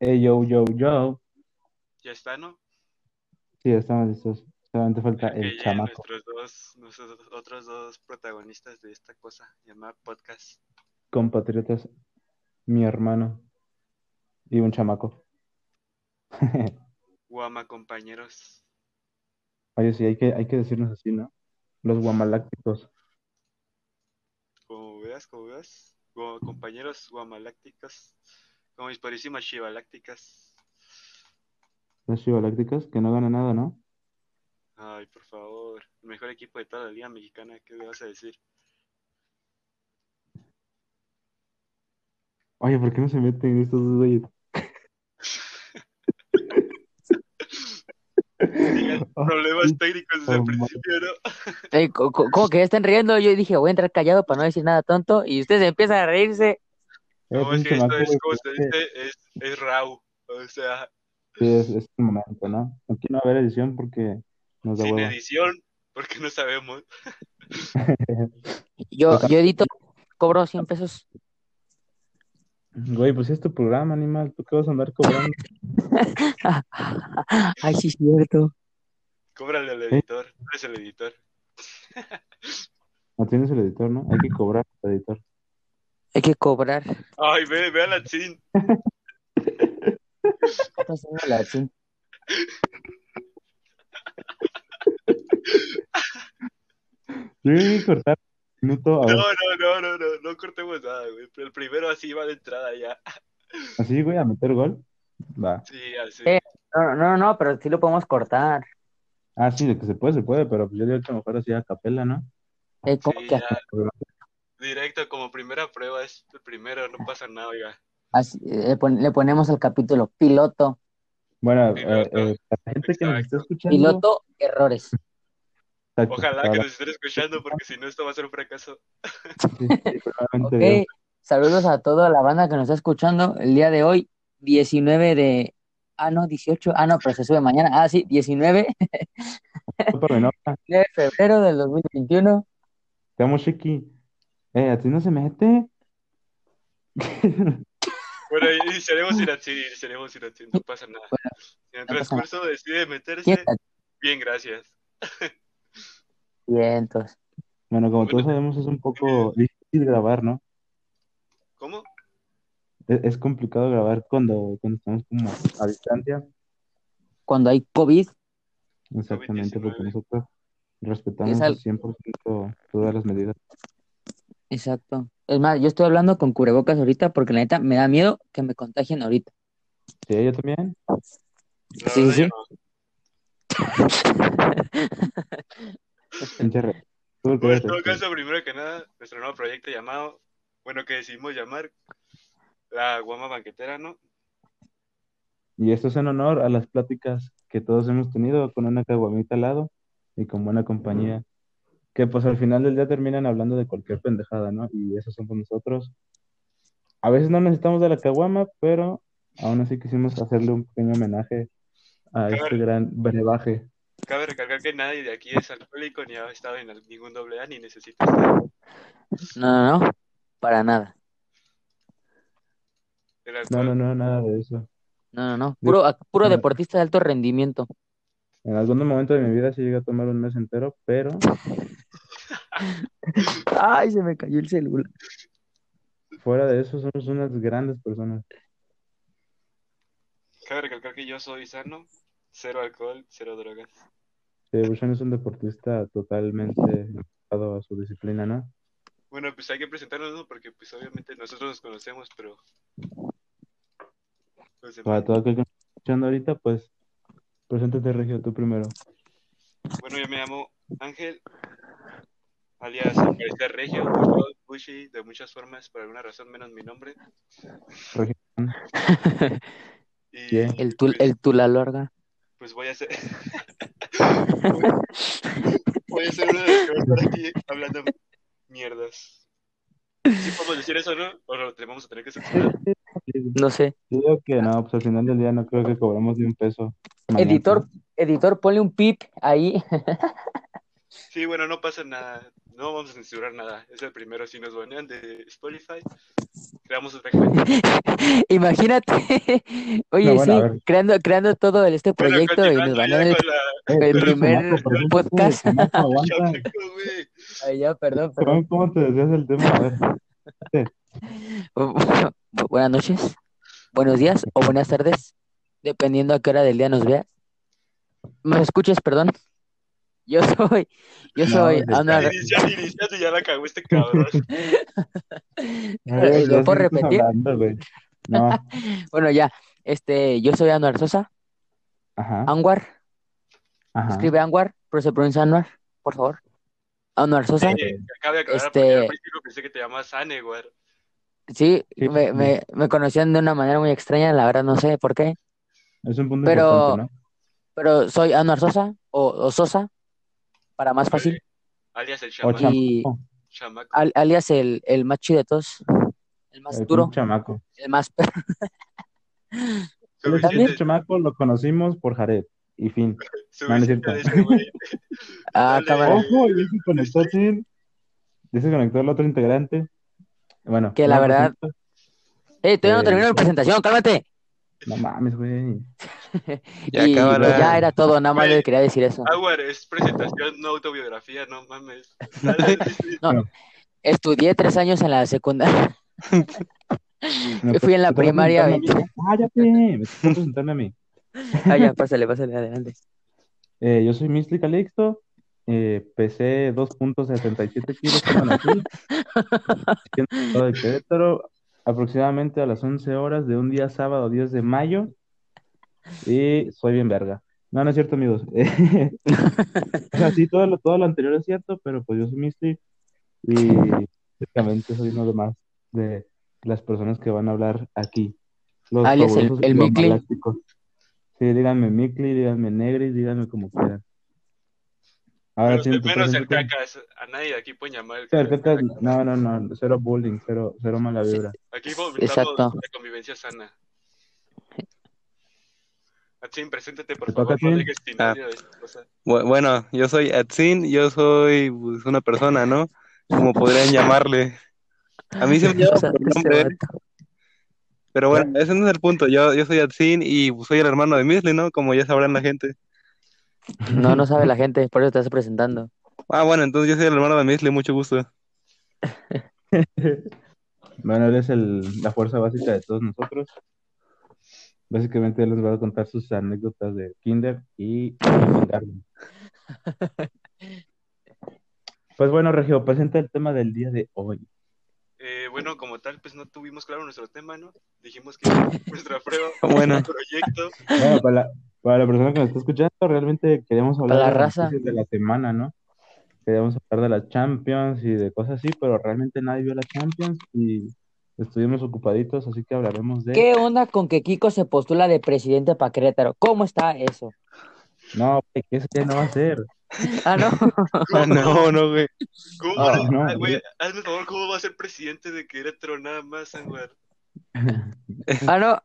Hey, yo, yo, yo. Ya está, ¿no? Sí, ya estamos listos. Solamente falta Ok, el ya chamaco. nuestros dos, nuestros otros dos protagonistas de esta cosa llamada podcast. Compatriotas, mi hermano y un chamaco. Guama, compañeros. Oye, sí, hay que, hay que decirnos así, ¿no? Los guamalácticos. Como veas, como veas. Gua- compañeros guamalácticos. Como mis parísimas chivalácticas. Los chivalácticos que no ganan nada, ¿no? Ay, por favor. El mejor equipo de toda la Liga Mexicana, ¿qué le vas a decir? Oye, ¿por qué no se meten estos dos güeyes? Tenían Oh, problemas técnicos desde el oh, ma- principio, ¿no? Ey, Eh, co- co- ¿Cómo que ya están riendo? Yo dije, voy a entrar callado para no decir nada tonto. Y ustedes empiezan a reírse. eh, No, es pinche que esto chamaco, es, güey, como este, pues, se eh, dice, es, es raw. O sea, sí, es, es el momento, ¿no? Aquí no va a haber edición porque nos da sin hueva. edición, porque no sabemos. Yo, Total, yo edito, cobro 100 pesos. güey, pues es tu programa, animal. ¿Tú qué vas a andar cobrando? Ay, sí, cierto. Cóbrale al Eh, editor. Tú eres el editor. No tienes el editor, ¿no? Hay que cobrar al editor. Hay que cobrar. Ay, ve, ve a la chin. Está haciendo la chin. Yo creo que hay que cortar un minuto, a ver, No, no, no, no, no, no cortemos nada, güey. Pero El primero así va de entrada ya. así, güey, a meter gol. Va. Sí, así. Eh, no, no, no, pero sí lo podemos cortar. Ah, sí, de que se puede, se puede, pero pues yo digo que a lo mejor así a capela, ¿no? Eh, ¿cómo Sí, que ya. Directo, como primera prueba, es el primero, no pasa nada, oiga. así? Eh, pon- le ponemos al capítulo piloto, Bueno, eh, Piloto, eh, para la gente que nos está exacto. escuchando, piloto, errores. exacto, Ojalá que para la nos estén escuchando, porque si no, esto va a ser un fracaso. sí, sí, probablemente Ok, Dios. saludos a toda la banda que nos está escuchando el día de hoy, 19 de... Ah, no, 18. Ah, no, pero se sube mañana. Ah, sí, 19 Esto para mi novia. de febrero del 2021. Te amo, Chiqui. Eh, ¿a ti no se mete? Bueno, y- iniciaremos sin Atsin, iniciaremos sin Atsin, no pasa nada. Bueno, Si en el no pasa nada. transcurso decide meterse, Siéntate. bien, gracias. Bien, entonces. Bueno, como Bueno, todos sabemos, es un eh, poco difícil grabar, ¿no? ¿cómo? Es, es complicado grabar cuando, cuando estamos como a distancia. Cuando hay COVID, Exactamente, porque COVID-19. nosotros es respetamos al... 100% todas las medidas. Exacto. Es más, yo estoy hablando con cubrebocas ahorita porque la neta me da miedo que me contagien ahorita. Sí, yo también. La Sí, sí, verdad, yo sí. no. Pinche re- Tú porque Bueno, eres en todo recio. caso, primero que nada, nuestro nuevo proyecto llamado, bueno, que decidimos llamar la Guama Banquetera, ¿no? Y esto es en honor a las pláticas que todos hemos tenido con una caguamita al lado y con buena compañía, que pues al final del día terminan hablando de cualquier pendejada, ¿no? Y eso somos nosotros. A veces no necesitamos de la caguama, pero aún así quisimos hacerle un pequeño homenaje a Cabe, este gran brebaje. cabe recalcar que nadie de aquí es alcohólico ni ha estado en al- ningún doble A ni necesita estar. No, no, no, para nada. El No, no, alcohol, no, nada de eso. No, no, no. Digo, Puro, ac- puro en, deportista de alto rendimiento. en algún momento de mi vida sí llegué a tomar un mes entero, pero Ay, se me cayó el celular. fuera de eso somos unas grandes personas. cabe recalcar que yo soy sano, cero alcohol, cero drogas. Eh, Bushan es un deportista totalmente enfocado a su disciplina, ¿no? Bueno, pues hay que presentarnos, ¿no? Porque pues obviamente nosotros nos conocemos, pero pues, los Para demás todo no. aquel que nos está escuchando ahorita, pues preséntate, Regio, tú primero. Bueno, yo me llamo Ángel, alias el Parecer Regio, Bushdo, Bushi, de muchas formas, por alguna razón menos mi nombre. Regio, bien. Y El tul, pues, el tula larga. pues voy a hacer... Voy a ser uno de los que va a estar aquí hablando mierdas. Sí podemos decir eso, ¿no? O lo te- vamos a tener que Sí, censurar. sí, sí. No sé. Yo digo que no, pues al final del día no creo que cobramos ni un peso mañana. Editor, editor, ponle un pip ahí. Sí, bueno, no pasa nada. No vamos a censurar nada. Es el primero. Si nos banean de Spotify, creamos otra cuenta. Imagínate. Oye, No, bueno, a ver. sí, creando, creando todo el- este Bueno, proyecto y nos continuando banean ya el, con la- el pero primer podcast. podcast. Chapeco, güey. Ay, ya, perdón, perdón. Perdón, ¿cómo te decías del tema? A ver, Bu- bu- Buenas noches, buenos días o buenas tardes, dependiendo a qué hora del día nos veas. ¿Me escuches, perdón? Yo soy, yo No, soy desde- Ana- Ya iniciaste, ya la cagó este cabrón. a ver, Ey, ¿lo ya puedo sigues repetir? hablando, güey. No, Bueno, ya, este, yo soy Anuar Sosa, ajá, Anwar, ajá. escribe Anwar, pero se pronuncia Anuar, por favor. Anuar Sosa, Oye, acabo de aclarar Este- porque al principio pensé que te llamabas Anne, güey. sí, Sí, me, sí. me, me conocían de una manera muy extraña, la verdad no sé por qué, Es un punto Pero- importante, ¿no? pero soy Anuar Sosa o, o Sosa, para más fácil, Alias el O chamaco. chamaco, y chamaco. Ah, al- alias el, el más chido de todos, el más es duro. un chamaco. El más perro. El Suficiente- pinche chamaco lo conocimos por Jared, y fin. No, no es suficiente cierto. de ese güey. Ah, Dale. cámara. Ojo, y se conectó Chin. Ya se conectó el otro integrante. Bueno. Que la no, verdad- pues, Eh, todavía no Eh, termino la sí. presentación, cálmate. No mames, güey. Ya y cámara. pues, ya era todo, nada más Güey. le quería decir eso. Ah, güey, es presentación, no autobiografía, no mames. Dale, dale. Estudié tres años en la secundaria. Me Fui en la tocó primaria. presentarme a mí. Cállate, me tocó presentarme a mí. Ah, ya, pásale, pásale, adelante. Eh, yo soy Misli Calixto, eh, pesé 2.77 kilos como nací, siendo del estado de Querétaro, aproximadamente a las 11 horas de un día sábado 10 de mayo, y soy bien verga. No, no es cierto, amigos. o sea, sí, todo lo, todo lo anterior es cierto, pero pues yo soy Misli y básicamente soy uno de más de las personas que van a hablar aquí. Los Alias el- fabulosos el Micli. galácticos. Sí, díganme Micli, díganme Negri, díganme como quieran. Ahora Menos sí, el- tú menos el preséntate. cacas. A nadie de aquí pueden llamar el Sí, el cacas. cacas, No, no, no, cero bullying, cero, cero mala vibra. Aquí fomentamos Exacto. la convivencia sana. Atsin, preséntate, Te por toca, favor. No Atsin. dejes tinario de estas cosas. Bu- Bueno, yo soy Atsin, yo soy pues, una persona, ¿no? Como podrían llamarle. A mí se me llama O sea, por este nombre, vato. pero bueno, ese no es el punto. Yo, yo soy Atsin y pues, soy el hermano de Misli, ¿no? Como ya sabrán la gente. No, no sabe la gente, por eso te estás presentando. Ah, bueno, entonces yo soy el hermano de Misli, mucho gusto. Bueno, él es el- la fuerza básica de todos nosotros. Básicamente él les va a contar sus anécdotas de Kinder y kindergarten. Pues bueno, Regio, presenta el tema del día de hoy. Eh, bueno, como tal, pues no tuvimos claro nuestro tema, ¿no? Dijimos que nuestra prueba, Bueno. nuestro proyecto. Bueno, para la, para la persona que nos está escuchando, realmente queríamos hablar Para la de las raza. noticias de la semana, ¿no? Queríamos hablar de la Champions y de cosas así, pero realmente nadie vio la Champions y estuvimos ocupaditos, así que hablaremos de... ¿Qué onda con que Kiko se postula de presidente para Querétaro? ¿Cómo está eso? No, güey, que eso ya no va a ser. Ah, no. Ah, no, no, güey. ¿Cómo? Ah, no? no, Ah, güey, yo- hazme el favor, ¿cómo va a ser presidente de Querétaro nada más, güey? Ah, no.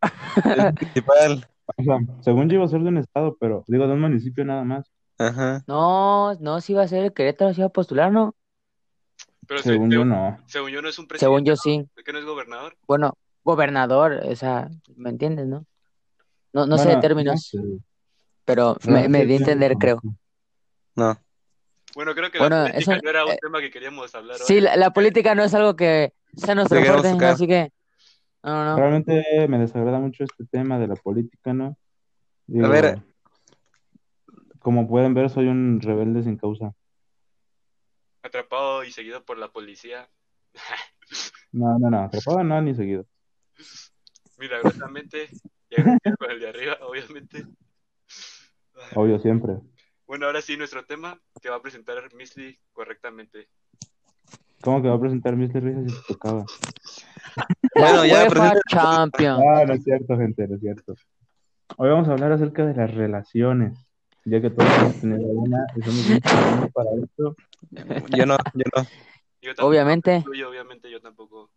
El principal. O sea, según yo iba a ser de un estado, pero digo de un municipio nada más. Ajá. No, no, si iba a ser el Querétaro, si iba a postular, ¿no. Pero se- Según yo según, no. según yo no es un presidente, Según yo sí. que no es gobernador. Bueno, gobernador, o sea, ¿me entiendes, no? No, no sé de Bueno, términos, no sé. pero No, me, me sí, di a sí, entender, no. creo. No. Bueno, creo que Bueno, la política eso- no era un eh, tema que queríamos hablar Sí, hoy. la, la política no es algo que sea nuestro Sí, queremos fuerte, tocar. así que... No, no, no. Realmente me desagrada mucho este tema de la política, ¿no? Digo, A ver. Como pueden ver, soy un rebelde sin causa. Atrapado y seguido por la policía. No, no, no, atrapado no, ni seguido. Milagrosamente, y agradecido con el de arriba, obviamente. Obvio, siempre. Bueno, ahora sí, nuestro tema que va a presentar Misli correctamente. ¿Cómo que va a presentar mis risas si te tocaba? Bueno, la ya UEFA presenta- Champions. Ah, no es cierto, gente, no es cierto. Hoy vamos a hablar acerca de las relaciones, ya que todos hemos tenido una y somos muy chingones para esto. Yo no, yo no. Yo tampoco Obviamente. Yo, yo, obviamente, yo tampoco.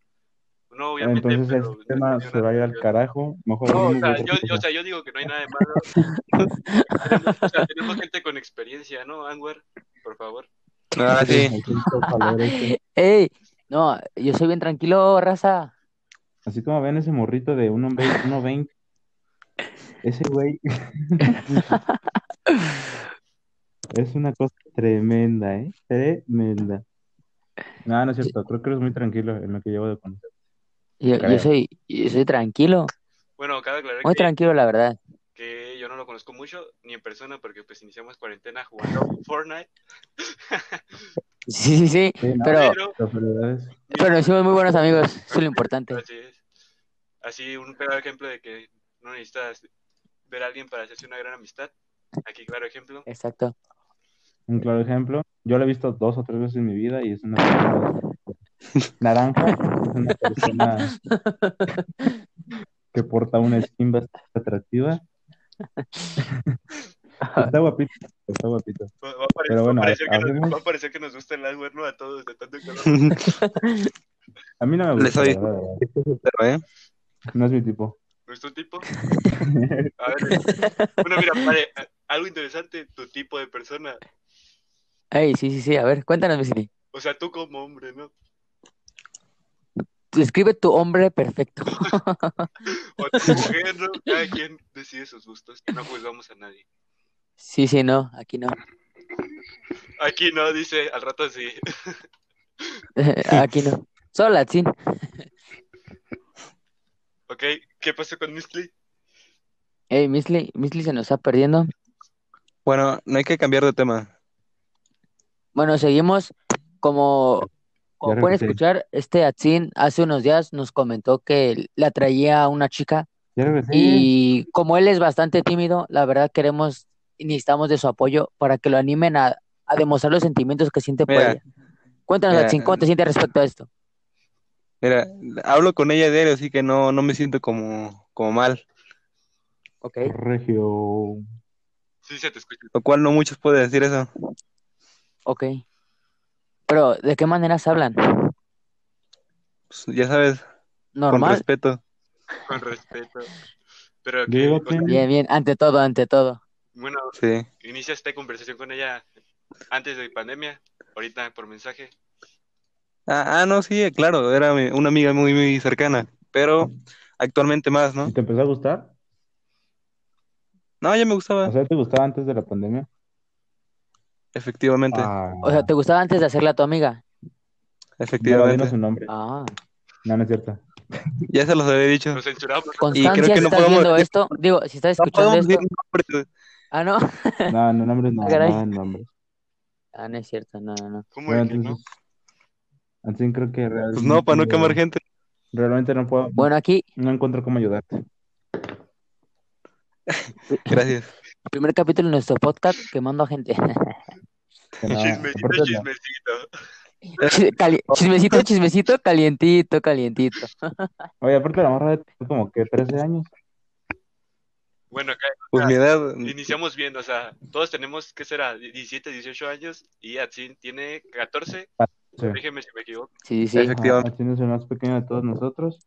No, obviamente, Entonces pero este tema no, se va a ir al yo- carajo. Mejor No, o hablemos de sea, otra yo, yo- o cosa. sea, yo digo que no hay nada de malo. tenemos, o sea, tenemos gente con experiencia, ¿no, Anwar? Por favor. Ah, sí. Hay que saber, este. ¡Ey! No, yo soy bien tranquilo, raza. Así como ven ese morrito de 1.20, 1.20, ese güey es una cosa tremenda, ¿eh? Tremenda. No, no es cierto, creo que eres muy tranquilo en lo que llevo de conocer. Yo, yo Creo. soy, yo soy tranquilo, Bueno, cabe aclarar muy que, tranquilo, la verdad. que yo no lo conozco mucho, ni en persona, porque pues iniciamos cuarentena jugando Fortnite. Sí, sí, sí. Sí, no, Pero, Pero, las verdades. pero nos hicimos muy buenos amigos, eso es lo importante. así es. Así, un claro ejemplo de que no necesitas ver a alguien para hacerse una gran amistad. Aquí, claro ejemplo. Exacto. Un claro ejemplo, yo lo he visto dos o tres veces en mi vida y es una persona naranja, es una persona que porta una skin bastante atractiva. Está guapito, está guapito. Va va a parecer, Pero bueno, va a parecer que nos, hablemos. va a parecer que nos gusta el Adware, ¿no? A todos, de tanto que hablamos. Pero, A mí no me Le gusta, soy- la verdad, la verdad. ¿eh? no es mi tipo. ¿Nuestro tipo? A ver, bueno, mira, pare, a- algo interesante, tu tipo de persona. Ey, sí, sí, sí. A ver, cuéntanos, Vicini. O sea, tú como hombre, ¿no? Describe tu hombre perfecto. O tu mujer, ¿no? Cada quien decide sus gustos. No juzgamos a nadie. Sí, sí, no, aquí no. Aquí no, dice, al rato sí. Aquí no. Solo Latín. ¿Ok? ¿Qué pasó con Mistley? Ey, Misli, Misli se nos está perdiendo. Bueno, no hay que cambiar de tema. Bueno, seguimos. Como, como Ya pueden regresé. escuchar, este Atsin hace unos días nos comentó que le atraía a una chica Ya regresé. y como él es bastante tímido, la verdad queremos y necesitamos de su apoyo para que lo animen a, a demostrar los sentimientos que siente por Mira. ella. Cuéntanos, mira, Atsin, ¿cómo te sientes respecto a esto? Mira, hablo con ella diario, así que no, no me siento como, como mal, Ok. Regio. Sí, se te escucha. lo cual no muchos pueden decir eso. Ok. Pero, ¿de qué maneras hablan? Pues, ya sabes, con ¿Normal? respeto. Con respeto. Pero que, Digo o sea, que- Bien, bien, ante todo, ante todo. bueno, Sí. inicia esta conversación con ella antes de pandemia, ahorita por mensaje. Ah, ah, no, sí, claro, era mi- una amiga muy, muy cercana, pero actualmente más, ¿no? ¿Y ¿Te empezó a gustar? No, ya me gustaba, O sea, ¿te gustaba antes de la pandemia? efectivamente, Ah, O sea, ¿te gustaba antes de hacerla tu amiga? pero dinos efectivamente. su nombre. Ah. No, no es cierto. Ya se los había dicho. Pues, Lo censuramos. Y creo Constancia, que si no estás podemos viendo decir- esto, digo, si estás pues, No escuchando podemos esto. decir nombres, Ah, no. No, no, nombres, no, Ah, caray. no, nombres. Ah, no es cierto, no, no, no. ¿Cómo Bueno, de que no? entonces, así creo que realmente. pues no, para no quemar gente. Realmente no puedo, Bueno, aquí, no encuentro cómo ayudarte. Gracias. Eh. primer capítulo de nuestro podcast, quemando a gente. Que no, ah, Chismecito, aparte no. chismecito. Chis- cali- chismecito, chismecito, calientito, calientito. Oye, aparte la morra tiene como que 13 años. Bueno, acá Pues mi edad, Mm. iniciamos bien, o sea, todos tenemos, ¿qué será? 17, 18 años y Atsin tiene 14. Sí. Déjeme si me equivoco. Sí, sí, sí. Perfecto. Ajá, Efectivamente. Así es ah, el más pequeño de todos nosotros.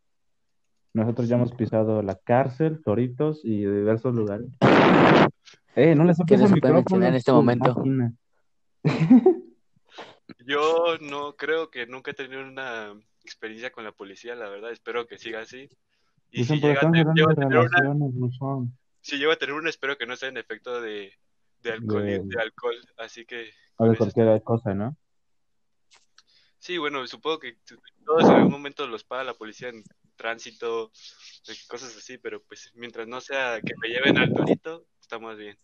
Nosotros ya hemos pisado la cárcel, Toritos y diversos lugares. Eh, no les Que soples no el se puede mencionar en micrófono, este su momento. máquina. Yo no creo que nunca he tenido una experiencia con la policía, la verdad, espero que siga así. Y Dicen, si pero llega, estamos a te- hablando llego a de tener una, relaciones, no son. si llego a tener una, espero que no sea en efecto de, de, alcohol, De- de alcohol, así que... O de Eso Pues es- cualquier cosa, ¿no? Sí, bueno, supongo que t- todos en algún momento los paga la policía en tránsito, eh, cosas así, pero pues mientras no sea que me lleven al torito, estamos bien.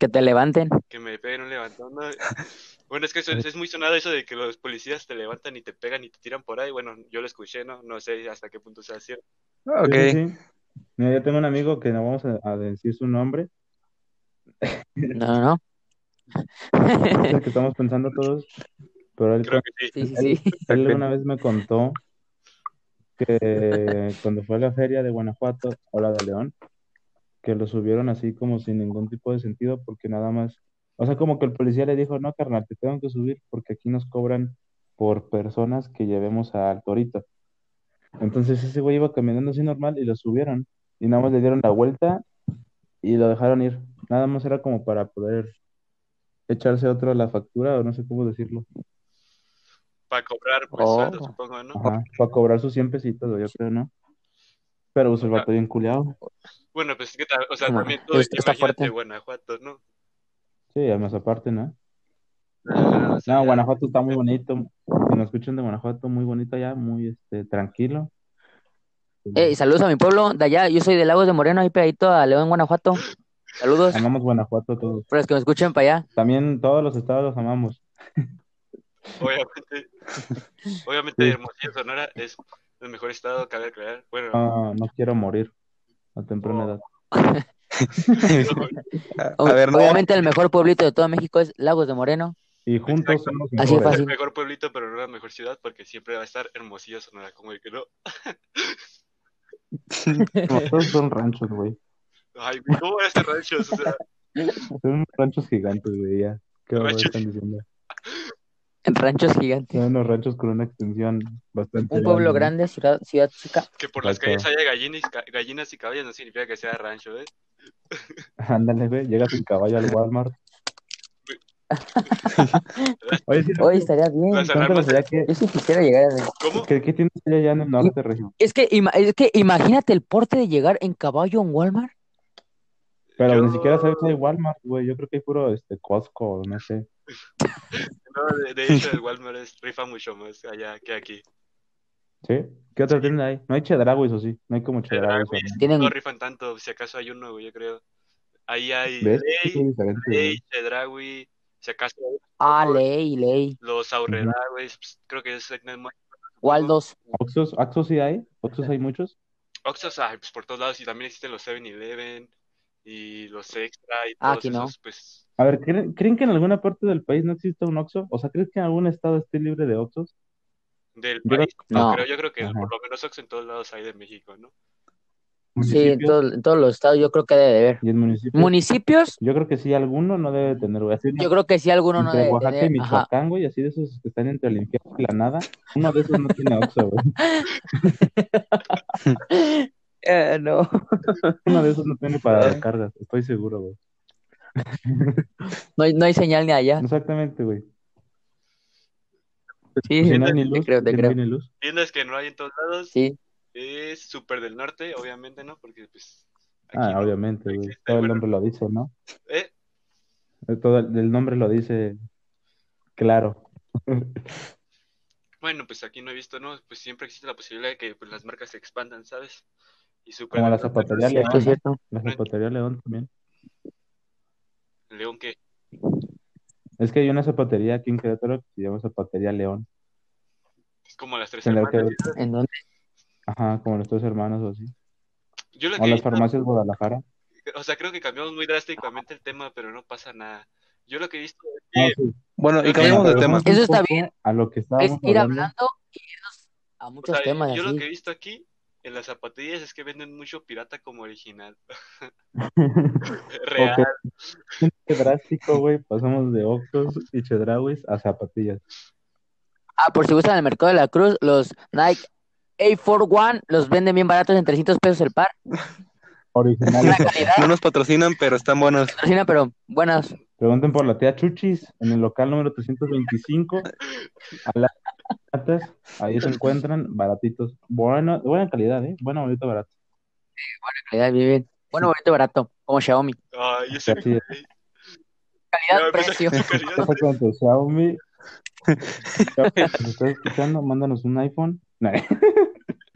Que te levanten. Que me peguen un levantón. ¿no? Bueno, es que eso- es muy sonado eso de que los policías te levantan y te pegan y te tiran por ahí. Bueno, yo lo escuché, ¿no? No sé hasta qué punto sea cierto. ok, Sí, sí, sí. Mira, yo tengo un amigo que no vamos a, a decir su nombre. No, no. Es el que estamos pensando todos. Pero él, Creo que sí. Sí, sí, sí. él alguna vez me contó que cuando fue a la feria de Guanajuato o la de León, que lo subieron así como sin ningún tipo de sentido porque nada más, o sea, como que el policía le dijo, no, carnal, te tengo que subir porque aquí nos cobran por personas que llevemos al torito. Entonces ese güey iba caminando así normal y lo subieron y nada más le dieron la vuelta y lo dejaron ir. Nada más era como para poder echarse otro a la factura o no sé cómo decirlo. Para cobrar pues, Oh. sueldo, supongo, ¿no? Ajá, para cobrar sus 100 pesitos, güey, yo creo, ¿no? Pero pues el vato bien culeado. Bueno, pues es que, ta- o sea, Ajá. también tú Pues, está imagínate fuerte. Guanajuato, ¿no? Sí, además aparte, ¿no? O sea, No, Guanajuato está muy bonito. Si nos escuchan de Guanajuato, muy bonito allá, muy este, tranquilo. Ey, saludos a mi pueblo de allá. Yo soy de Lagos de Moreno, ahí pegadito a León, Guanajuato. Saludos Pues, Ah, Amamos Guanajuato todos. para los que me escuchen para allá. También todos los estados los amamos. Obviamente, obviamente Hermosillo, Sonora es el mejor estado, cabe aclarar. Bueno, No, no quiero morir a temprana edad. A, a ver, no, Obviamente el mejor pueblito de todo México es Lagos de Moreno. Y juntos Exacto. somos Así de mejores. es el fácil. mejor pueblito, pero no la mejor ciudad, porque siempre va a estar Hermosillo, Sonora, como el que no. Todos son ranchos, güey. Ay, güey, ¿cómo van a ser ranchos? O sea, Son ranchos gigantes, güey, ya. ¿Qué horror Ranchos. están diciendo? Ranchos gigantes. Son unos ranchos con una extensión bastante Un pueblo grande, grande, ciudad, ciudad chica. que por las Exacto. calles haya gallinas, y ca- gallinas y caballos no significa que sea rancho, ¿eh? ¿no? Ándale, güey, llegas en caballo al Walmart. Oye, sí, Hoy estaría bien. Las cuéntanos alarmas- allá que, Yo sí quisiera llegar a... ¿Cómo? que- ¿qué tienes allá en el norte, Regio? Es que, ima- es que imagínate el porte de llegar en caballo a un Walmart. Pero Yo- ni siquiera sabes que hay Walmart, güey. Yo creo que hay puro este, Costco, no sé. No, de, de hecho, el Walmart es, rifa mucho más allá que aquí. ¿Sí? ¿Qué otra tienda hay? No hay Chedraguis, o sí. No hay como Chedraguis. Chedrauis. ¿no? Tienen No rifan tanto, si acaso hay uno, güey, yo creo. Ahí hay ¿Ves? Ley, Sí, diferente, Ley, güey. Chedraui, si acaso Ah, ley, ley. los Aurrera, güey, pues, creo que es Waldos. Oxxos, Axos sí hay. Oxxos hay muchos. Oxxos, ay, pues por todos lados, y también existen los 7-Eleven y los Extra y Ah, todos aquí no. esos, pues, A ver, ¿creen, creen que en alguna parte del país no exista un Oxxo? O sea, ¿crees que en algún estado esté libre de Oxxos? del Yo país. no. No, pero yo creo que Ajá. por lo menos Oxxo en todos lados hay de México, ¿no? Sí, en, Municipios todo- en todos los estados yo creo que debe de haber. y en municipios. Municipios, Yo creo que sí, alguno no debe tener, güey. Así, yo creo que sí, alguno no entre debe Oaxaca y tener. Ajá. Michoacán, güey, así de esos que están entre el infierno y la nada, uno de esos no tiene Oxxo, güey. Eh, no. Uno de esos no tiene para recargas, estoy seguro, güey. no. hay- no hay señal ni Ah. allá. Exactamente, güey. Pues Sí, Si no hay ni te luz, creo, te si no creo. hay ni luz. Tiendas que no hay en todos lados Sí. es súper del norte, obviamente, ¿no? Porque, pues, aquí Ah, no. obviamente, güey. existe, Todo el bueno. nombre lo dice, ¿no? Eh, Eh, Todo el, el nombre lo dice claro. bueno, pues aquí no he visto, ¿no? Pues siempre existe la posibilidad de que pues, las marcas se expandan, ¿sabes? Y súper Como del la norte, zapatería pues, León, Cierto, cierto. la No. zapatería León también. pues. León, ¿qué? Es que hay una zapatería aquí en Querétaro que se llama Zapatería León. Es como las tres Tendrá que hermanas. ver, ¿En dónde? ajá, como nuestros hermanos o así. Yo lo que O he las visto- farmacias Guadalajara. o sea, creo que cambiamos muy drásticamente el tema, pero no pasa nada. Yo lo que he visto es eh, que Ah, sí, bueno, y Yo creo que cambiamos de no, tema. pero- Eso está bien, a lo que es estábamos ir hablando. hablando y irnos a O muchos sea, temas Pues yo lo que he así. visto aquí en las zapatillas es que venden mucho pirata como original. Real. Ok. Qué drástico, güey. Pasamos de Oxxos y Chedrauis a zapatillas. Ah, por si gustan en el mercado de la Cruz, los Nike A41 los venden bien baratos en 300 pesos el par. Buena Originales. calidad, No nos patrocinan, pero están buenos. patrocina, pero buenas. Pregunten por la tía Chuchis en el local número 325. A las latas, ahí se encuentran baratitos. Bueno, buena calidad, ¿eh? Bueno, bonito, barato. Calidad, bien, bien. Bueno, bonito, barato, como Xiaomi. Ay, yo sé. Así es. Calidad, Ya, pues, precio. calidad. Exactamente, Xiaomi. Xiaomi, si estás escuchando, mándanos un iPhone. No.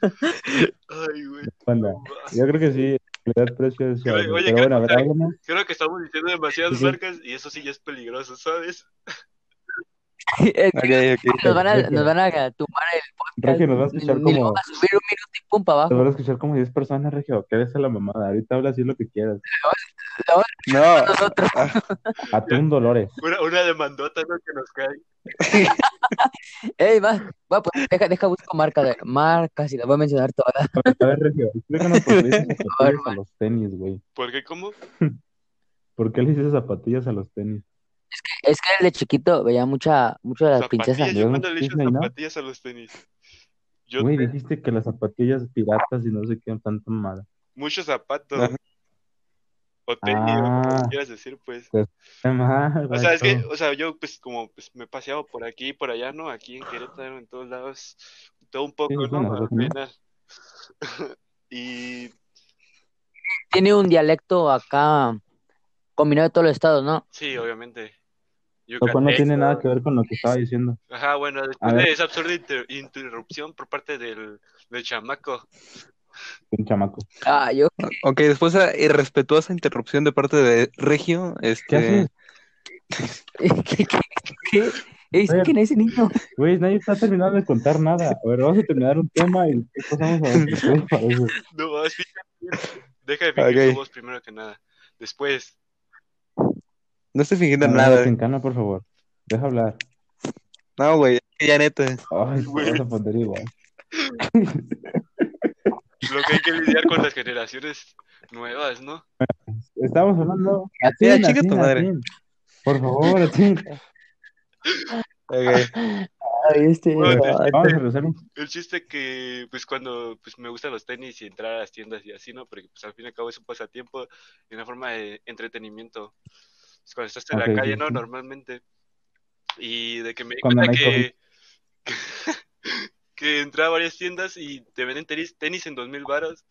Ay, güey. Bueno, yo creo que sí, calidad precio de Xiaomi. Oye, Pero bueno, a ver, creo- háblanos. Creo que estamos diciendo demasiadas Sí. marcas y eso sí ya es peligroso, ¿sabes? Eh, Ok, ok. Nos van, a, nos van a tumbar Regio, nos va a el. escuchar Ni lo como. van a subir un minuto y pum para Te abajo. van a escuchar como 10 personas, Regio. Quédese la mamada. Ahorita habla así lo que quieras. No, Nosotros, Atún Dolores. Una, una demandota ¿no? que nos cae. ey, va, va, pues, deja, deja, busco marca de marcas y las voy a mencionar todas. A ver, Regio, explícanos por qué le dices zapatillas a los tenis, güey. ¿Por qué? ¿Cómo? ¿Por qué le dices zapatillas a los tenis? Es que desde chiquito veía mucha, mucho de las princesas. Zapatillas. Yo ¿no? cuando le he dicho Disney, ¿no? zapatillas a los tenis. Yo Güey, tengo dijiste que las zapatillas piratas y no sé qué, tanta mala. muchos zapatos. Ajá. o Teddy, o Ah. como quieras decir, pues. Qué mal, O sea, es que, vato. o sea, yo pues como pues, me he paseado por aquí y por allá, ¿no? Aquí en Querétaro, en todos lados, todo un poco, Sí, ¿no? bueno, Al ¿no? final. y Tiene un dialecto acá combinado de todos los estados, ¿no? sí, obviamente. Lo cual no tiene Yucateco. nada que ver con lo que estaba diciendo. Ajá, bueno, A después ver. de esa absurda inter- interrupción por parte del, del chamaco. Un chamaco. Ah, yo. Ok, después de esa irrespetuosa interrupción de parte de Regio, ¿Qué haces? ¿Qué, este, qué, qué? Es Oye. que en ese niño. Güey, nadie está terminando de contar nada. A ver, vamos a terminar un tema y después vamos a ver qué les parece. No, vas, fíjate. deja de fingir Ok. tu voz primero que nada. Después, no estoy fingiendo A ver, nada. Tencana, por favor. Deja hablar. No, güey, ya neta. Ay, te vas a poner igual. lo que hay que lidiar con las generaciones nuevas, ¿no? Estamos hablando. Mira, Atin, chica tu Atin, madre. Atin. Por favor, Atin. Ok. Ay, este. Bueno, ah, Vamos a regresar un- El chiste que, pues cuando pues, me gustan los tenis y entrar a las tiendas y así, ¿no? Porque pues al fin y al cabo es un pasatiempo y una forma de entretenimiento. Es cuando estás en Ok, la calle, sí, ¿no? sí. Normalmente. Y de que me di Cuando cuenta no hay que, que, entré a varias tiendas y te venden tenis, tenis en dos mil varos.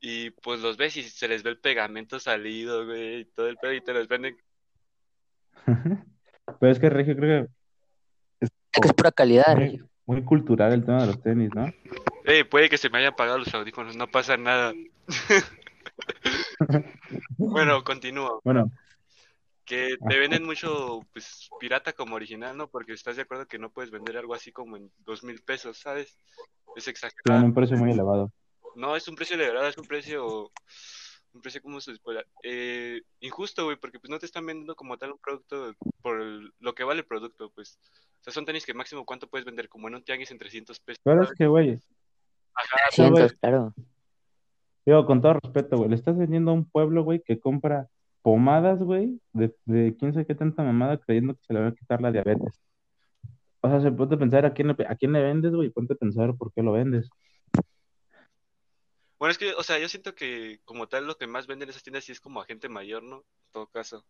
Y pues los ves y se les ve el pegamento salido, güey, y todo el pedo y te los venden. Pero es que Regio creo que que es pura calidad, muy, muy cultural el tema de los tenis, ¿no? Eh, puede que se me hayan pagado los audífonos, no pasa nada. bueno, continúo. Bueno, Que te venden mucho, pues, pirata como original, ¿no? Porque estás de acuerdo que no puedes vender algo así como en dos mil pesos, ¿sabes? Es tienen exagerado. un precio muy elevado. No, es un precio de verdad, es un precio, un precio como se puede- eh, injusto, güey, porque pues no te están vendiendo como tal un producto por el- lo que vale el producto, pues. O sea, son tenis que máximo cuánto puedes vender, como en un tianguis en 300 pesos. Pero es que, güey, Ajá, cientos, claro. digo, con todo respeto, güey, le estás vendiendo a un pueblo, güey, que compra pomadas, güey, de, de quién sabe qué tanta mamada creyendo que se le va a quitar la diabetes. O sea, se ponte a pensar a quién le, a quién le vendes, güey, y ponte a pensar por qué lo vendes. Bueno, es que, o sea, yo siento que como tal lo que más venden esas tiendas sí es como a gente mayor, ¿no? En todo caso.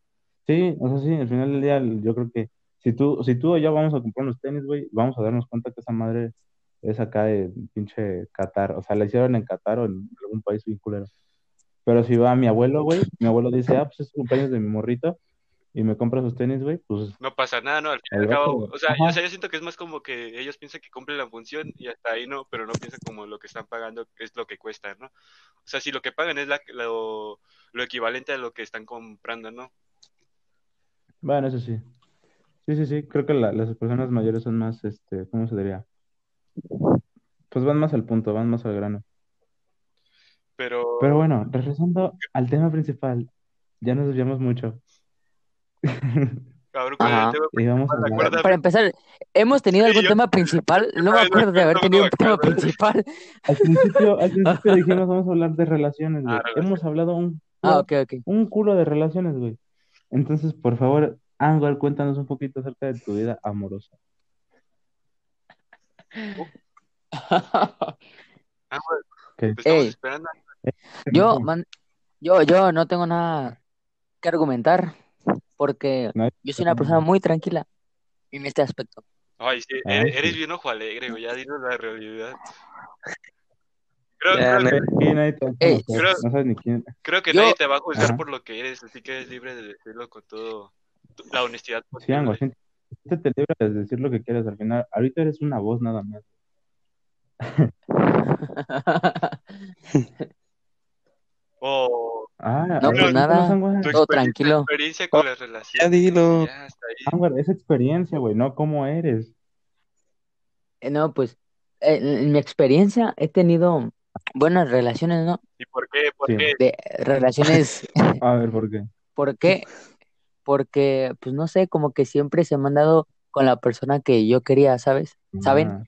Sí, o sea, sí, al final del día yo creo que si tú, si tú o yo vamos a comprar unos tenis, güey, vamos a darnos cuenta que esa madre es acá de pinche Qatar, o sea, la hicieron en Qatar o en algún país bien culero. Pero si va mi abuelo, güey, mi abuelo dice, ah, pues es cumpleaños de mi morrito y me compra sus tenis, güey, pues No pasa nada, ¿no? Al fin y El al cabo, vato, o sea, ajá. o sea, yo siento que es más como que ellos piensan que cumplen la función y hasta ahí no, pero no piensan como lo que están pagando es lo que cuesta, ¿no? O sea, si lo que pagan es la, lo, lo equivalente a lo que están comprando, ¿no? bueno, eso sí. Sí, sí, sí, creo que la- las personas mayores son más, este, ¿cómo se diría? Pues van más al punto, van más al grano. Pero, Pero bueno, regresando al tema principal, ya nos desviamos mucho. cabrón, ¿cuál es el Ajá. tema? Y vamos a ¿Te hablar- acuerdas? Para empezar, hemos tenido Sí, algún yo- tema principal. No me Ay, no, acuerdo de haber no me tenido un tema acuerdo. principal. Al principio, al principio dijimos vamos a hablar de relaciones, güey. Ah, relaciones. Hemos hablado un, Ah, ok, ok. un culo de relaciones, güey. Entonces, por favor, Ángel, cuéntanos un poquito acerca de tu vida amorosa. Ah, bueno, ¿Qué? te estamos Ey. esperando. Yo, man- yo, yo no tengo nada que argumentar porque No hay- yo soy una persona muy tranquila en este aspecto. Ay, sí, Ah, eres, sí. eres bien ojo alegre, güey, ya dinos la realidad. Creo, Ya, creo- no. Aquí nadie te va a Ey. conocer, Creo- no sabes ni quién. Creo que Yo- nadie te va a juzgar Ajá. por lo que eres, así que eres libre de decirlo con todo tu- la honestidad Sí, Ángel, posible. siéntete siéntete libre de decir lo que quieras al final. Ahorita eres una voz nada más. O Ah, No, a ver, pues cuéntanos, nada. Ángel. tu Todo experien- tranquilo. tu experiencia con las Ya relaciones. dilo. Ya, hasta ahí. Ángel, esa experiencia, güey, ¿no? ¿Cómo eres? Eh, No, pues en, en mi experiencia he tenido buenas relaciones, ¿no? ¿Y por qué? ¿Por Sí. qué? De relaciones, A ver, ¿por qué? ¿por qué? Porque, pues no sé, como que siempre se me han dado con la persona que yo quería, ¿sabes? ¿Saben? Ah,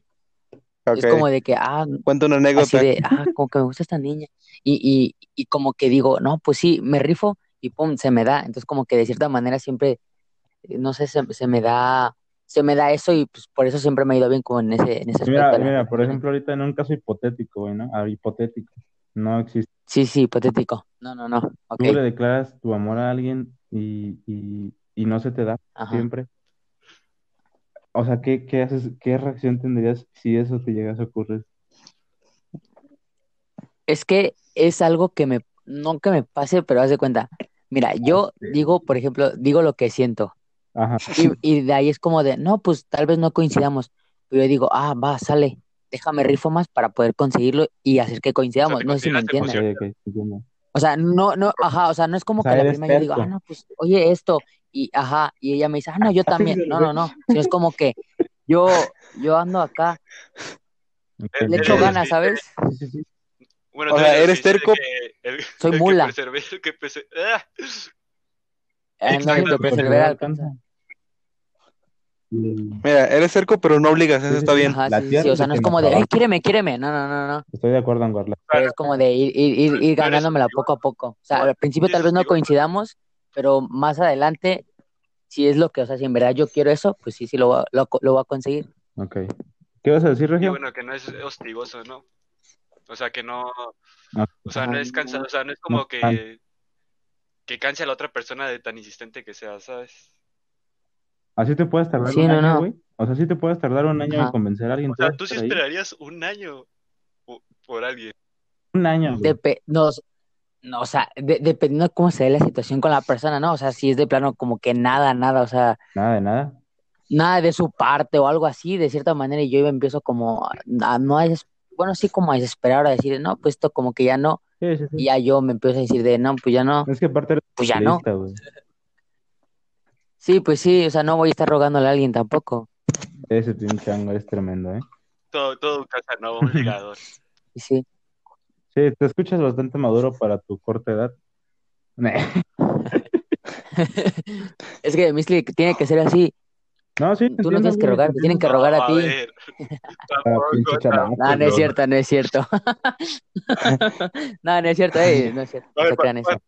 Ok. Es como de que, ah, Cuenta una así anécdota. de, ah, como que me gusta esta niña. Y, y, y como que digo, no, pues sí, me rifo y pum, se me da. Entonces como que de cierta manera siempre, eh, no sé, se, se me da, se me da eso y pues por eso siempre me ha ido bien como en ese, en ese aspecto. Mira, de las mira, por relaciones. ejemplo, ahorita en un caso hipotético, güey, ¿no? Ah, hipotético. No existe. Sí, sí, hipotético. No, no, no. Ok. Tú le declaras tu amor a alguien y, y- y no se te da Ajá. siempre. O sea, ¿qué, qué haces, qué reacción tendrías si eso te llegase a ocurrir? Es que es algo que me, no que me pase, pero haz de cuenta. Mira, yo digo, por ejemplo, digo lo que siento. Ajá. Y, y de ahí es como de, no, pues tal vez no coincidamos. Pero yo digo, ah, va, sale, déjame rifo más para poder conseguirlo y hacer que coincidamos. O sea, te no sé si me consideras Ok, entiendes. emocional. ok, entiendo. O sea, no, no, ajá, o sea, no es O como sea, que la eres prima yo digo, ah, terco. no, pues, oye, esto, y ajá, y ella me dice, ah, no, yo también. No, no, no, sino es como que yo, yo ando acá, Ok. le echo Eres- ganas, ¿sabes? Sí, sí, sí. Bueno, O tú sea, eres eres el que terco. dice que el- Soy el que mula. persevera, el que perse- ¡Ah! Eh, no, el que Exactamente. persevera alcanza. Y- Mira, eres cerco, pero no obligas, Sí, eso sí, está sí. bien. Ajá, La sí, sí, tierra sí, o es sea, la no que es nos como de, trabaja. ay, quíreme, quíreme. No, no, no, no. Estoy de acuerdo, Anguarla. Pero es como de ir, ir, ir, ir Pero es ganándomela igual- poco a poco. O sea, igual al principio tal piensas vez no igual, pero- coincidamos, pero más adelante, si es lo que, o sea, si en verdad yo quiero eso, pues sí, sí, lo, voy a- lo, lo voy a conseguir. Ok. ¿Qué vas a decir, Y Regio? bueno, que no es hostigoso, ¿no? O sea, que no, Ah, o sea, no es cansado, o sea, no es como No, que, que canse a la otra persona de tan insistente que sea, ¿sabes? Así te puedes tardar Sí, un no, año, no. güey. O sea, sí te puedes tardar un año en Ajá. convencer a alguien. O sea, puedes tú sí estar ahí esperarías un año po- por alguien. Un año, güey. Depe- nos, no, o sea, de- dependiendo de cómo se dé la situación con la persona, ¿no? O sea, si es de plano como que nada, nada, o sea, Nada de nada. nada de su parte o algo así, de cierta manera, y yo empiezo como a, a no a des- bueno, sí como a desesperar, a decir, no, pues esto como que ya no, Sí, sí, sí. y ya yo me empiezo a decir de, no, pues ya no, Es que aparte eres pues ya no. lista, güey. Sí, pues sí, o sea, no voy a estar rogándole a alguien tampoco. Ese Team Chango es tremendo, ¿eh? Todo, todo un casanova, un ligador. Y sí, Sí, te escuchas bastante maduro para tu corta edad. es que Misli tiene que ser así, No, sí, te tú no entiendo, tienes que güey. rogar, te te tienen entiendo. que rogar a No, ti. ver, Ah, pinche tampoco, chamaco, pues No, no es güey. cierto, no es cierto. No, no es cierto, eh, no es cierto, A no ver, se crean pa- eso.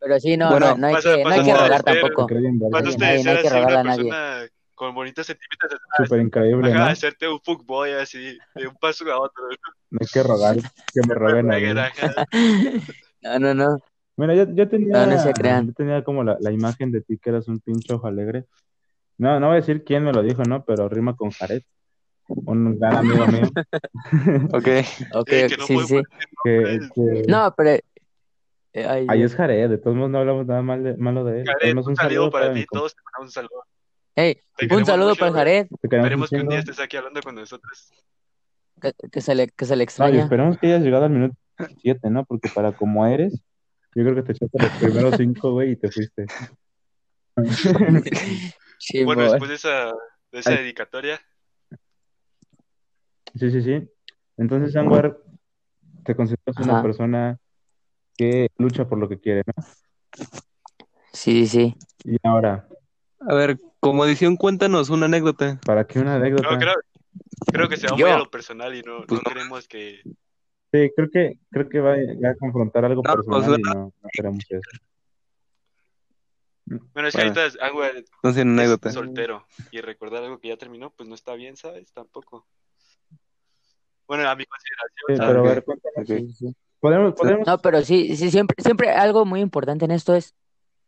Pero sí, no, Bueno, no, no hay pasa- que, no hay pasa que como- rogar ser- Te tampoco. cree bien verga, Pasaste Nadie, güey. de nadie, no ser hay que así rogar una a nadie. persona con bonitos sentimientos, Súper increíble, baja ¿no? a hacerte un fuckboy así, de un paso a otro. No hay que rogar que me roben a mí. Reguera, ajá. No, no, no, Mira, yo, yo tenía, no, no se crean. yo tenía como la, la imagen de ti que eras un pinche ojo alegre. No, no voy a decir quién me lo dijo, ¿no? Pero rima con Jared, un gran amigo mío, Ok. Ok, Eh, ok, que no sí, sí, puedo sí. que, que- No, pero. eh, ay, ahí Dios. es Jared, de todos modos no hablamos nada mal de- malo de él. Jared, Además, un un saludo saludo para para mi ti, compa. todos te mandamos un saludo. Hey, Te un queremos saludo mucho, eh. para güey. Jared, Te queremos un Esperemos que un día chingo. estés aquí hablando con nosotros. que, que se le, que se le No, y extraña. esperemos que hayas llegado al minuto 7, ¿no? Porque para como eres, yo creo que te echaste los primeros 5, güey, y te fuiste. Bueno, Chimbo. después de esa, de esa Ay. dedicatoria, Sí, sí, sí. Entonces, Anwar, te consideras una Ajá, persona que lucha por lo que quiere, ¿no? sí, sí, sí. Y ahora, A ver, como edición, cuéntanos una anécdota. ¿para qué una no, anécdota? creo, creo que se va muy a Yo, lo personal y no, Pues no queremos que... Sí, creo que, creo que va a, va a confrontar algo pues, no, o sea, personal y no, no queremos eso. Bueno, es que bueno, ahorita Angua no sé, una es anécdota. soltero y recordar algo que ya terminó, pues no está bien, ¿sabes? Tampoco. Bueno, a mi consideración, Sí, Ah, pero a ok, ¿sabes? ver, cuéntanos. ok. sí, sí. Podemos, podemos, No, pero sí, sí, siempre, siempre algo muy importante en esto es,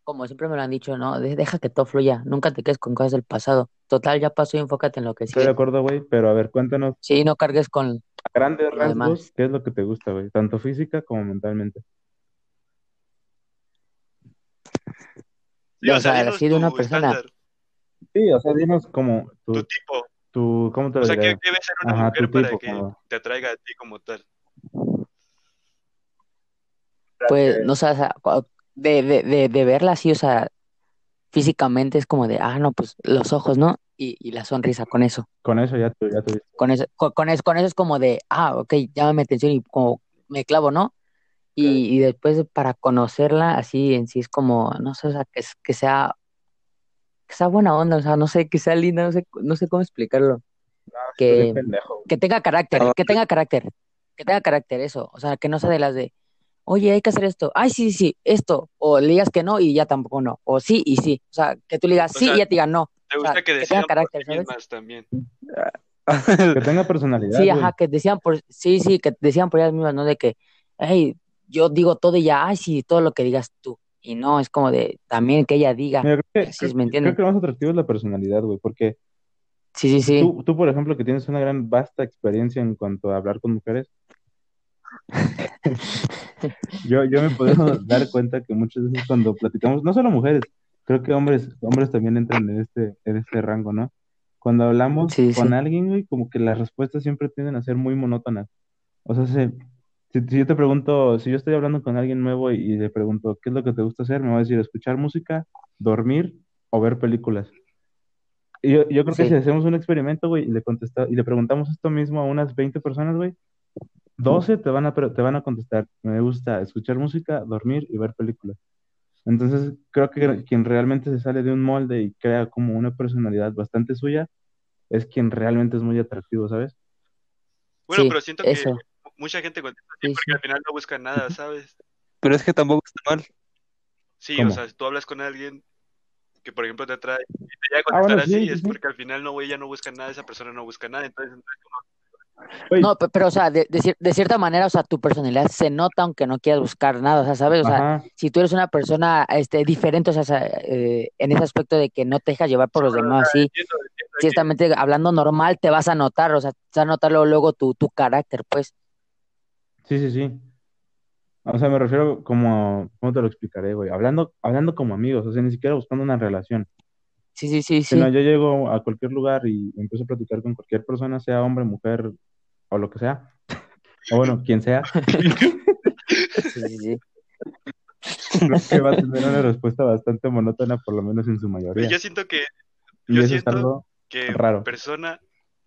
como siempre me lo han dicho, ¿no? De- deja que todo fluya, nunca te quedes con cosas del pasado. Total, ya pasó y enfócate en lo que estoy de sigue. acuerdo, güey, pero a ver, cuéntanos Sí, no cargues con, a grandes con lo demás. rasgos qué es lo que te gusta, güey, tanto física como mentalmente. Sí, De- o o sea, sea, dinos así de una tu persona. estándar, Sí, o sea, dinos como tu tu, tipo. tu, ¿cómo te O lo sea, ¿qué diré? debe ser una Pues, eh, Ajá, tu mujer para tipo, que como... te atraiga a ti como tal? Pues, no sé, o sea, cua- de, de, de, de verla así, o sea, físicamente es como de, ah, no, pues los ojos, ¿no? Y, y la sonrisa con eso. Con eso ya, tu- ya tuviste. Con eso, co- con, eso, con eso es como de, ah, ok, llama mi atención y como me clavo, ¿no? Y, y después para conocerla así en sí es como, no sé, o sea, que, es- que sea, que sea buena onda, o sea, no sé, que sea linda, no sé, no sé cómo explicarlo. Ah, Estás bien Que, pendejo, que tenga carácter, Ah, que tenga carácter, que tenga carácter, eso. O sea, que no sea de las de, oye, hay que hacer esto, ay, sí, sí, sí, esto. O le digas que no y ya tampoco no. O sí y sí. O sea, que tú le digas O sí sea, y ya te diga no. ¿Te O sea, gusta que que tenga decidan por carácter, sí ¿sabes? mismas también? güey. Que tenga personalidad, Sí, güey. ajá, que decían por, sí, sí, que decían por ellas mismas, ¿no? De que, hey, yo digo todo y ya, ay, sí, todo lo que digas tú. Y no, es como de también que ella diga. Mira, creo que, Sí, Eh, creo- ¿me entienden? creo que lo más atractivo es la personalidad, güey, porque Sí, sí, sí. tú, tú, por ejemplo, que tienes una gran vasta experiencia en cuanto a hablar con mujeres, yo, yo me puedo dar cuenta que muchas veces cuando platicamos, no solo mujeres, creo que hombres, hombres también entran en este, en este rango, ¿no? Cuando hablamos Sí, con sí. alguien, güey, como que las respuestas siempre tienden a ser muy monótonas. O sea, se- si, si yo te pregunto, si yo estoy hablando con alguien nuevo y, y le pregunto, ¿qué es lo que te gusta hacer? Me va a decir, escuchar música, dormir o ver películas. Y yo, yo creo que Sí. si hacemos un experimento, güey, y le contesta, y le preguntamos esto mismo a unas 20 personas, güey, 12 te van a, pre- te van a contestar, me gusta escuchar música, dormir y ver películas. Entonces, creo que quien realmente se sale de un molde y crea como una personalidad bastante suya es quien realmente es muy atractivo, ¿sabes? Bueno, Sí, pero siento que Eso. mucha gente contesta así Sí, porque sí. al final no busca nada, ¿sabes? Pero es que tampoco está mal. Sí, ¿Cómo? o sea, si tú hablas con alguien que, por ejemplo, te atrae y te llega a Ah, bueno, contestar sí, así, sí, es sí. porque al final no, güey, ella no busca nada, esa persona no busca nada, entonces Güey, No, pe- pero, o sea, de, de cier- de cierta manera, o sea, tu personalidad se nota aunque no quieras buscar nada, o sea, ¿sabes? O sea, ajá, si tú eres una persona este, diferente, o sea, sa- eh, en ese aspecto de que no te dejas llevar por los demás, sí, entiendo, entiendo que- ciertamente hablando normal te vas a notar, o sea, te vas a notar luego, luego tu, tu carácter, pues. sí, sí, sí. O sea, me refiero como, ¿cómo te lo explicaré, güey? Hablando, hablando como amigos, o sea, ni siquiera buscando una relación. Sí, sí, sí, Si sí. no, yo llego a cualquier lugar y empiezo a platicar con cualquier persona, sea hombre, mujer o lo que sea, o bueno, quien sea, Sí, sí, sí. creo que va a tener una respuesta bastante monótona, por lo menos en su mayoría. Pues yo siento que, Y yo eso es siento- algo que Raro. persona,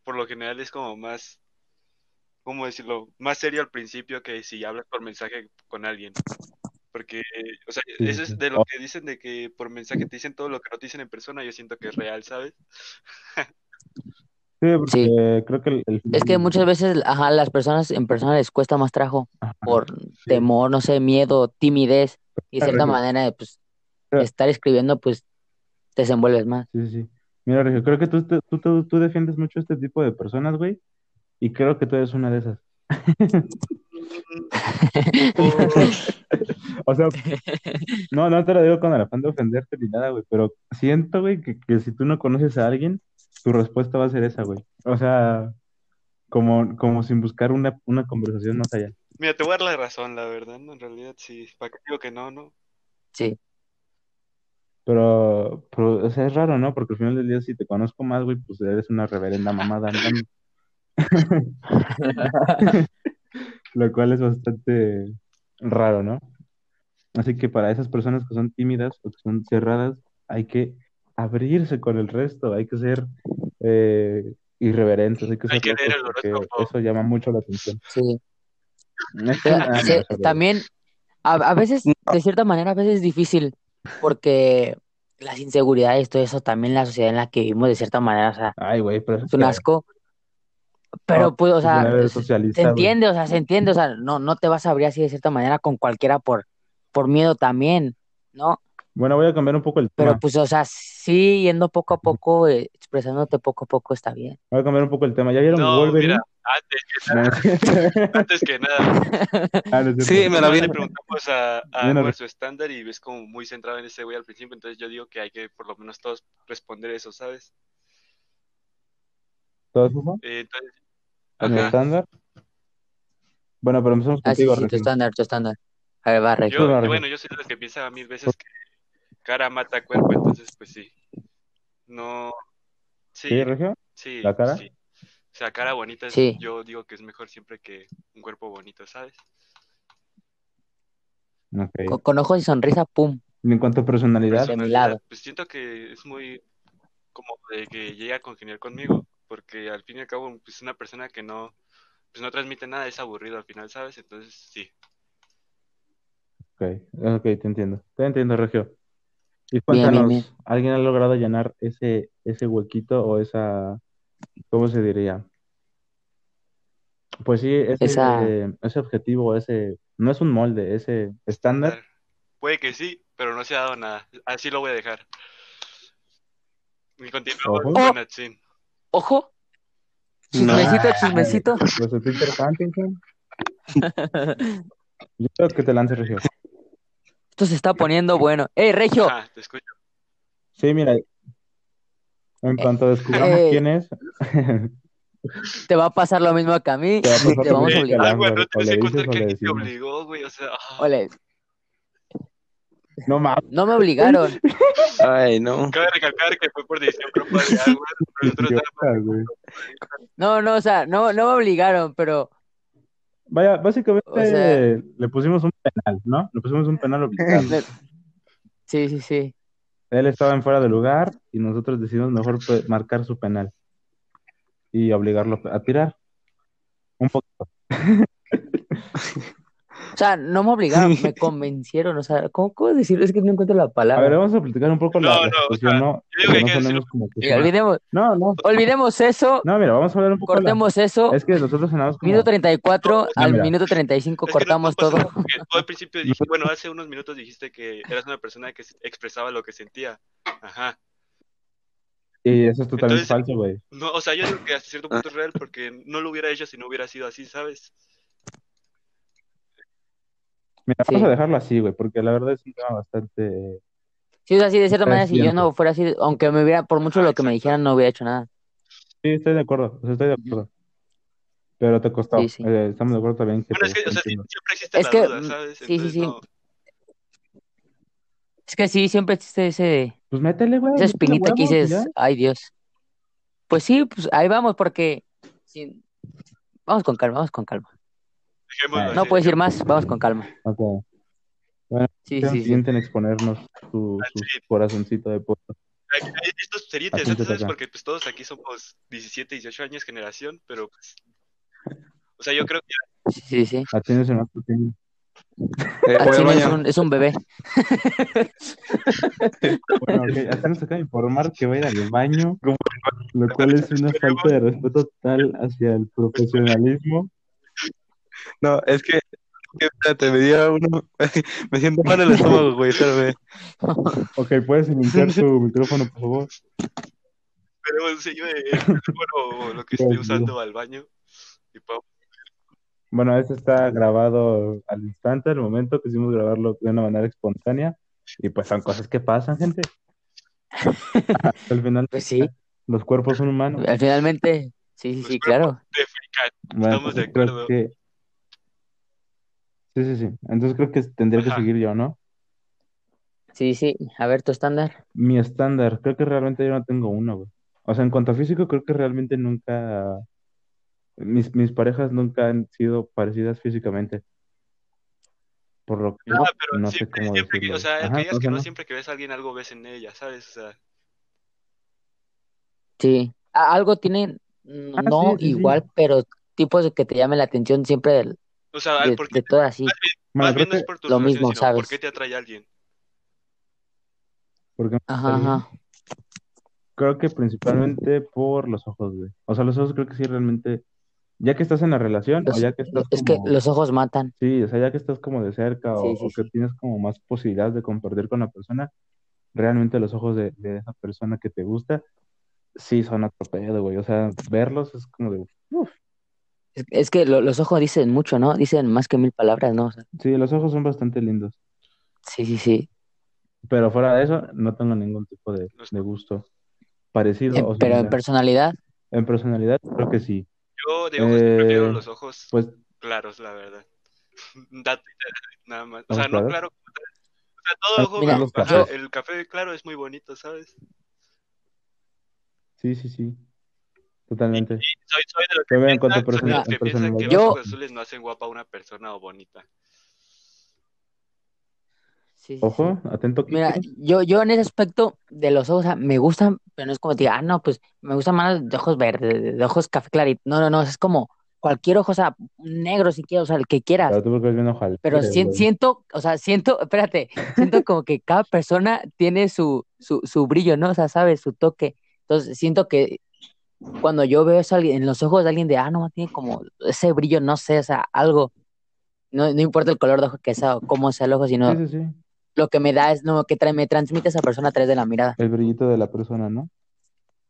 por lo general, es como más, ¿cómo decirlo? Más serio al principio que si hablas por mensaje con alguien. Porque, eh, o sea, sí, eso sí. es de lo que dicen de que por mensaje te dicen todo lo que no te dicen en persona, yo siento que es real, ¿sabes? Sí, porque Sí. creo que el, el- Es que muchas veces, ajá, las personas en persona les cuesta más trabajo Ajá, por sí. temor, no sé, miedo, timidez, y de cierta Regio. manera, pues, Ah. estar escribiendo, pues, te desenvuelves más. Sí, sí, sí. Mira, Regio, creo que tú, te- tú, tú, tú defiendes mucho este tipo de personas, güey, y creo que tú eres una de esas. O sea, no, no te lo digo con el afán de ofenderte ni nada, güey, pero siento, güey, que, que si tú no conoces a alguien, tu respuesta va a ser esa, güey. O sea, como, como sin buscar una, una conversación más allá. Mira, te voy a dar la razón, la verdad, ¿no? En realidad, sí. ¿Para qué digo que no, no? Sí, Pero, pero, o sea, es raro, ¿no? Porque al final del día, si te conozco más, güey, pues eres una reverenda mamada andando. Lo cual es bastante raro, ¿no? Así que para esas personas que son tímidas o que son cerradas, hay que abrirse con el resto, hay que ser eh, irreverentes, hay que Hay ser que locos, leer el porque horóscopo. eso llama mucho la atención. sí. Es que- Pero, ah, se- no, sorry. también, a, a veces, de cierta manera, a veces es difícil, porque las inseguridades, todo eso, también la sociedad en la que vivimos, de cierta manera, o sea, Ay, güey, pero eso es un que- asco, no, pero pues, o es una sea, vez se, se socialista, güey. entiende, o sea, se entiende, o sea, no, no te vas a abrir así de cierta manera con cualquiera por, por miedo también, ¿no? Bueno, voy a cambiar un poco el Pero tema. pues, o sea, sí, yendo poco a poco, eh, expresándote poco a poco está bien. Voy a cambiar un poco el tema. ¿Ya vieron No, Wolverine? Ah, mira, No, no antes que, es cierto. antes que nada, Ah, no es Sí, cierto. me la nomás vi. le preguntamos a, a Bueno, Edward su estándar y ves como muy centrado en ese güey al principio, entonces yo digo que hay que por lo menos todos responder eso, ¿sabes? ¿Todo supo? Eh, entonces, ¿En el ajá. estándar? Bueno, pero empezamos Ah, sí, contigo, sí, tu Regio. estándar, tu estándar. A ver, va, Regio. Tú, Yo, Regio. bueno, yo soy de los que piensa mil veces que cara mata cuerpo, entonces pues sí. No, sí, ¿Sí, Regio? sí, ¿La cara? sí. O sea, cara bonita, es- Sí. yo digo que es mejor siempre que un cuerpo bonito, ¿sabes? Con, Ok. con ojos y sonrisa, pum, Y En cuanto a personalidad, Persona. mi Personalidad, lado. pues siento que es muy como de que llega a congeniar conmigo, porque al fin y al cabo, pues una persona que no, pues no transmite nada, es aburrido al final, ¿sabes? Entonces, sí. ok, ok, te entiendo. Te entiendo, Regio. Y Bien, bien, cuéntanos, bien. ¿alguien ha logrado llenar ese, ese huequito o esa, ¿cómo se diría? Pues sí, ese, Esa- ese objetivo, ese, no es un molde, ese estándar. Puede que sí, pero no se ha dado nada. Así lo voy a dejar. Y continuamos Ojo. con Atsin. Oh, Ojo, chismecito, chismecito. Pues el Peter Huntington. Yo creo que te lances, Regio. Esto se está poniendo bueno. ¡Ey, Regio! Ajá, Ah, te escucho. Sí, mira. En cuanto descubramos eh. quién es, Te va a pasar lo mismo que a mí. Te va a pasar y Te lo vamos a mismo. obligar. Ah, güey, o no te le sé dices contar o que le alguien te decimos. obligó, güey. O sea, ah, Ole, no mames. no me obligaron. Ay, no. cabe recalcar que fue por decisión propia de Agua, pero nosotros estábamos- idiota, güey. No, no, o sea, no, no me obligaron, pero Vaya, básicamente O sea- le pusimos un penal, ¿no? Le pusimos un penal obligado. me- sí, sí, sí. Él estaba en fuera de lugar y nosotros decidimos mejor pe- marcar su penal y obligarlo a tirar. Un poquito. O sea, no me obligaron, me convencieron. O sea, ¿cómo, cómo decirlo? Es que no encuentro la A ver, palabra. vamos a platicar un poco la No, no, discusión, o sea, ¿no? yo digo que hay No que sonemos como que- Y olvidemos, No, no, olvidemos eso, no, mira, vamos a hablar un poco. la- cortemos eso. Es que nosotros sonamos como... Minuto 34 al mira. minuto 35 Es que no- cortamos no pasa todo. nada, porque tú al principio dijiste, bueno, hace unos minutos dijiste que eras una persona que se- expresaba lo que sentía. Ajá. Y eso es totalmente Entonces- falso, güey. No, o sea, yo digo que hasta cierto punto es real porque no lo hubiera hecho si no hubiera sido así, ¿sabes? Mira, Sí. vamos a dejarlo así, güey, porque la verdad es un tema bastante... Si es así, de cierta Tres manera, si yo tiempos. no fuera así, aunque me hubiera, por mucho Ah, lo que me exacto. dijeran, no hubiera hecho nada. Sí, estoy de acuerdo, o sea, estoy de acuerdo. Pero te costó. Sí, sí. Eh, estamos de acuerdo también que te Bueno, es que, o sea, costó un sí- chingo. siempre existe Es la que, duda, mm, ¿sabes? sí, sí, Entonces, sí. no. Es que sí, siempre existe ese, Pues métele, güey. esa métele espinita que huevos y ya. dices, ay Dios. Pues sí, pues ahí vamos, porque sí, vamos con calma, vamos con calma. Dejémoslo Ah, así. No pues, puedes ir más, vamos con calma. Ok. "Ah, Sí, se sí, sí. sienten exponernos su, su corazoncito de puto. Aquí- ahí Esto sería Aquí interesante, te ¿sabes? toca. Porque pues todos aquí somos 17, 18 años generación, pero pues... O sea, yo creo que Sí, sí, sí. Atiendes en otro tiempo. Eh, voy al Así no es baño. un, es un bebé. Bueno, ok, hasta nos acaba de informar que va a ir al baño, lo cual es una falta de respeto total hacia el profesionalismo. No, es que, que espérate, me dio uno. Me siento mal en el estómago, güey. Espérame. Ok, puedes iniciar tu micrófono, por favor. tenemos un sello de bueno, o lo que esté Dios usando al baño. Y pa- Bueno, esto está grabado al instante, al momento, quisimos grabarlo de una manera espontánea. Y pues son cosas que pasan, gente. Al final, Pues sí, los cuerpos son humanos. al finalmente, sí, sí, Pues sí, claro. Bueno, Estamos de entonces creo acuerdo. que- Sí, sí, sí. Entonces creo que tendría que Ajá. seguir yo, ¿no? Sí, sí, a ver tu estándar. Mi estándar, creo que realmente yo no tengo uno, güey. O sea, en cuanto a físico, creo que realmente nunca... Mis, mis parejas nunca han sido parecidas físicamente. Por lo que Ah, pero no sé siempre, cómo siempre que, decirlo, o sea, güey. el Ajá, que digas o que sea, no, no. siempre que ves a alguien algo ves en ella, ¿sabes? O sea, Sí. A- Algo tienen, mm, Ah, no sí, sí, sí. igual, pero tipos de que te llamen la atención siempre del- o sea, de, porque de todas así. Bueno, más creo bien no es que por tu lo relación, mismo, sino por ¿sabes? qué te atrae alguien. porque Ajá, ajá. creo que principalmente por los ojos, güey. O sea, los ojos creo que sí realmente... Ya que estás en la relación, Los- o ya que estás Es que como- los ojos matan. Sí, o sea, ya que estás como de cerca o, Sí, sí, o que sí. tienes como más posibilidades de compartir con la persona, realmente los ojos de, de esa persona que te gusta, sí son otro pedo, güey. O sea, verlos es como de, uf. Es, es que lo- los ojos dicen mucho, ¿no? Dicen más que mil palabras, ¿no? O sea, Sí, los ojos son bastante lindos. sí, sí, sí. Pero fuera de eso, no tengo ningún tipo de, de gusto parecido Eh, o pero en similar. personalidad, En personalidad, creo que sí. Yo, digamos, que Eh, prefiero los ojos Pues, claros, la verdad. Dato, nada más. O ¿Ojos sea, no claros? Ah, claro. como tal. O sea, todo ojo, Mira, pero, yo- ajá, el café claro es muy bonito, ¿sabes? sí, sí, sí. Totalmente. Soy, soy de los Pero en cuanto a que, piensan- soy de persona- los que en piensan que personalidad. los Yo- ojos azules no hacen guapa a una persona o bonita. sí, sí, sí. Ojo, atento. Mira, yo, yo en ese aspecto de los ojos, o sea, me gustan, pero no es como te diga, ah, no, pues me gustan más de ojos verdes, de, de ojos café clarito. No, no, no, es como cualquier ojo, o sea, negro si quieres, o sea, el que quieras. Pero tú porque eres bien ojal- Pero Sí, sien- güey. siento, o sea, siento, espérate, siento como que cada persona tiene su, su, su brillo, ¿no? O sea, sabes, su toque. Entonces, siento que cuando yo veo eso a alguien- en los ojos de alguien de, ah, no, tiene como ese brillo, no sé, o sea, algo. No, no importa el color de ojo que sea o cómo sea el ojo, sino Sí, sí, sí. lo que me da es, no, que tra- me transmite esa persona a través de la mirada. El brillito de la persona, ¿no?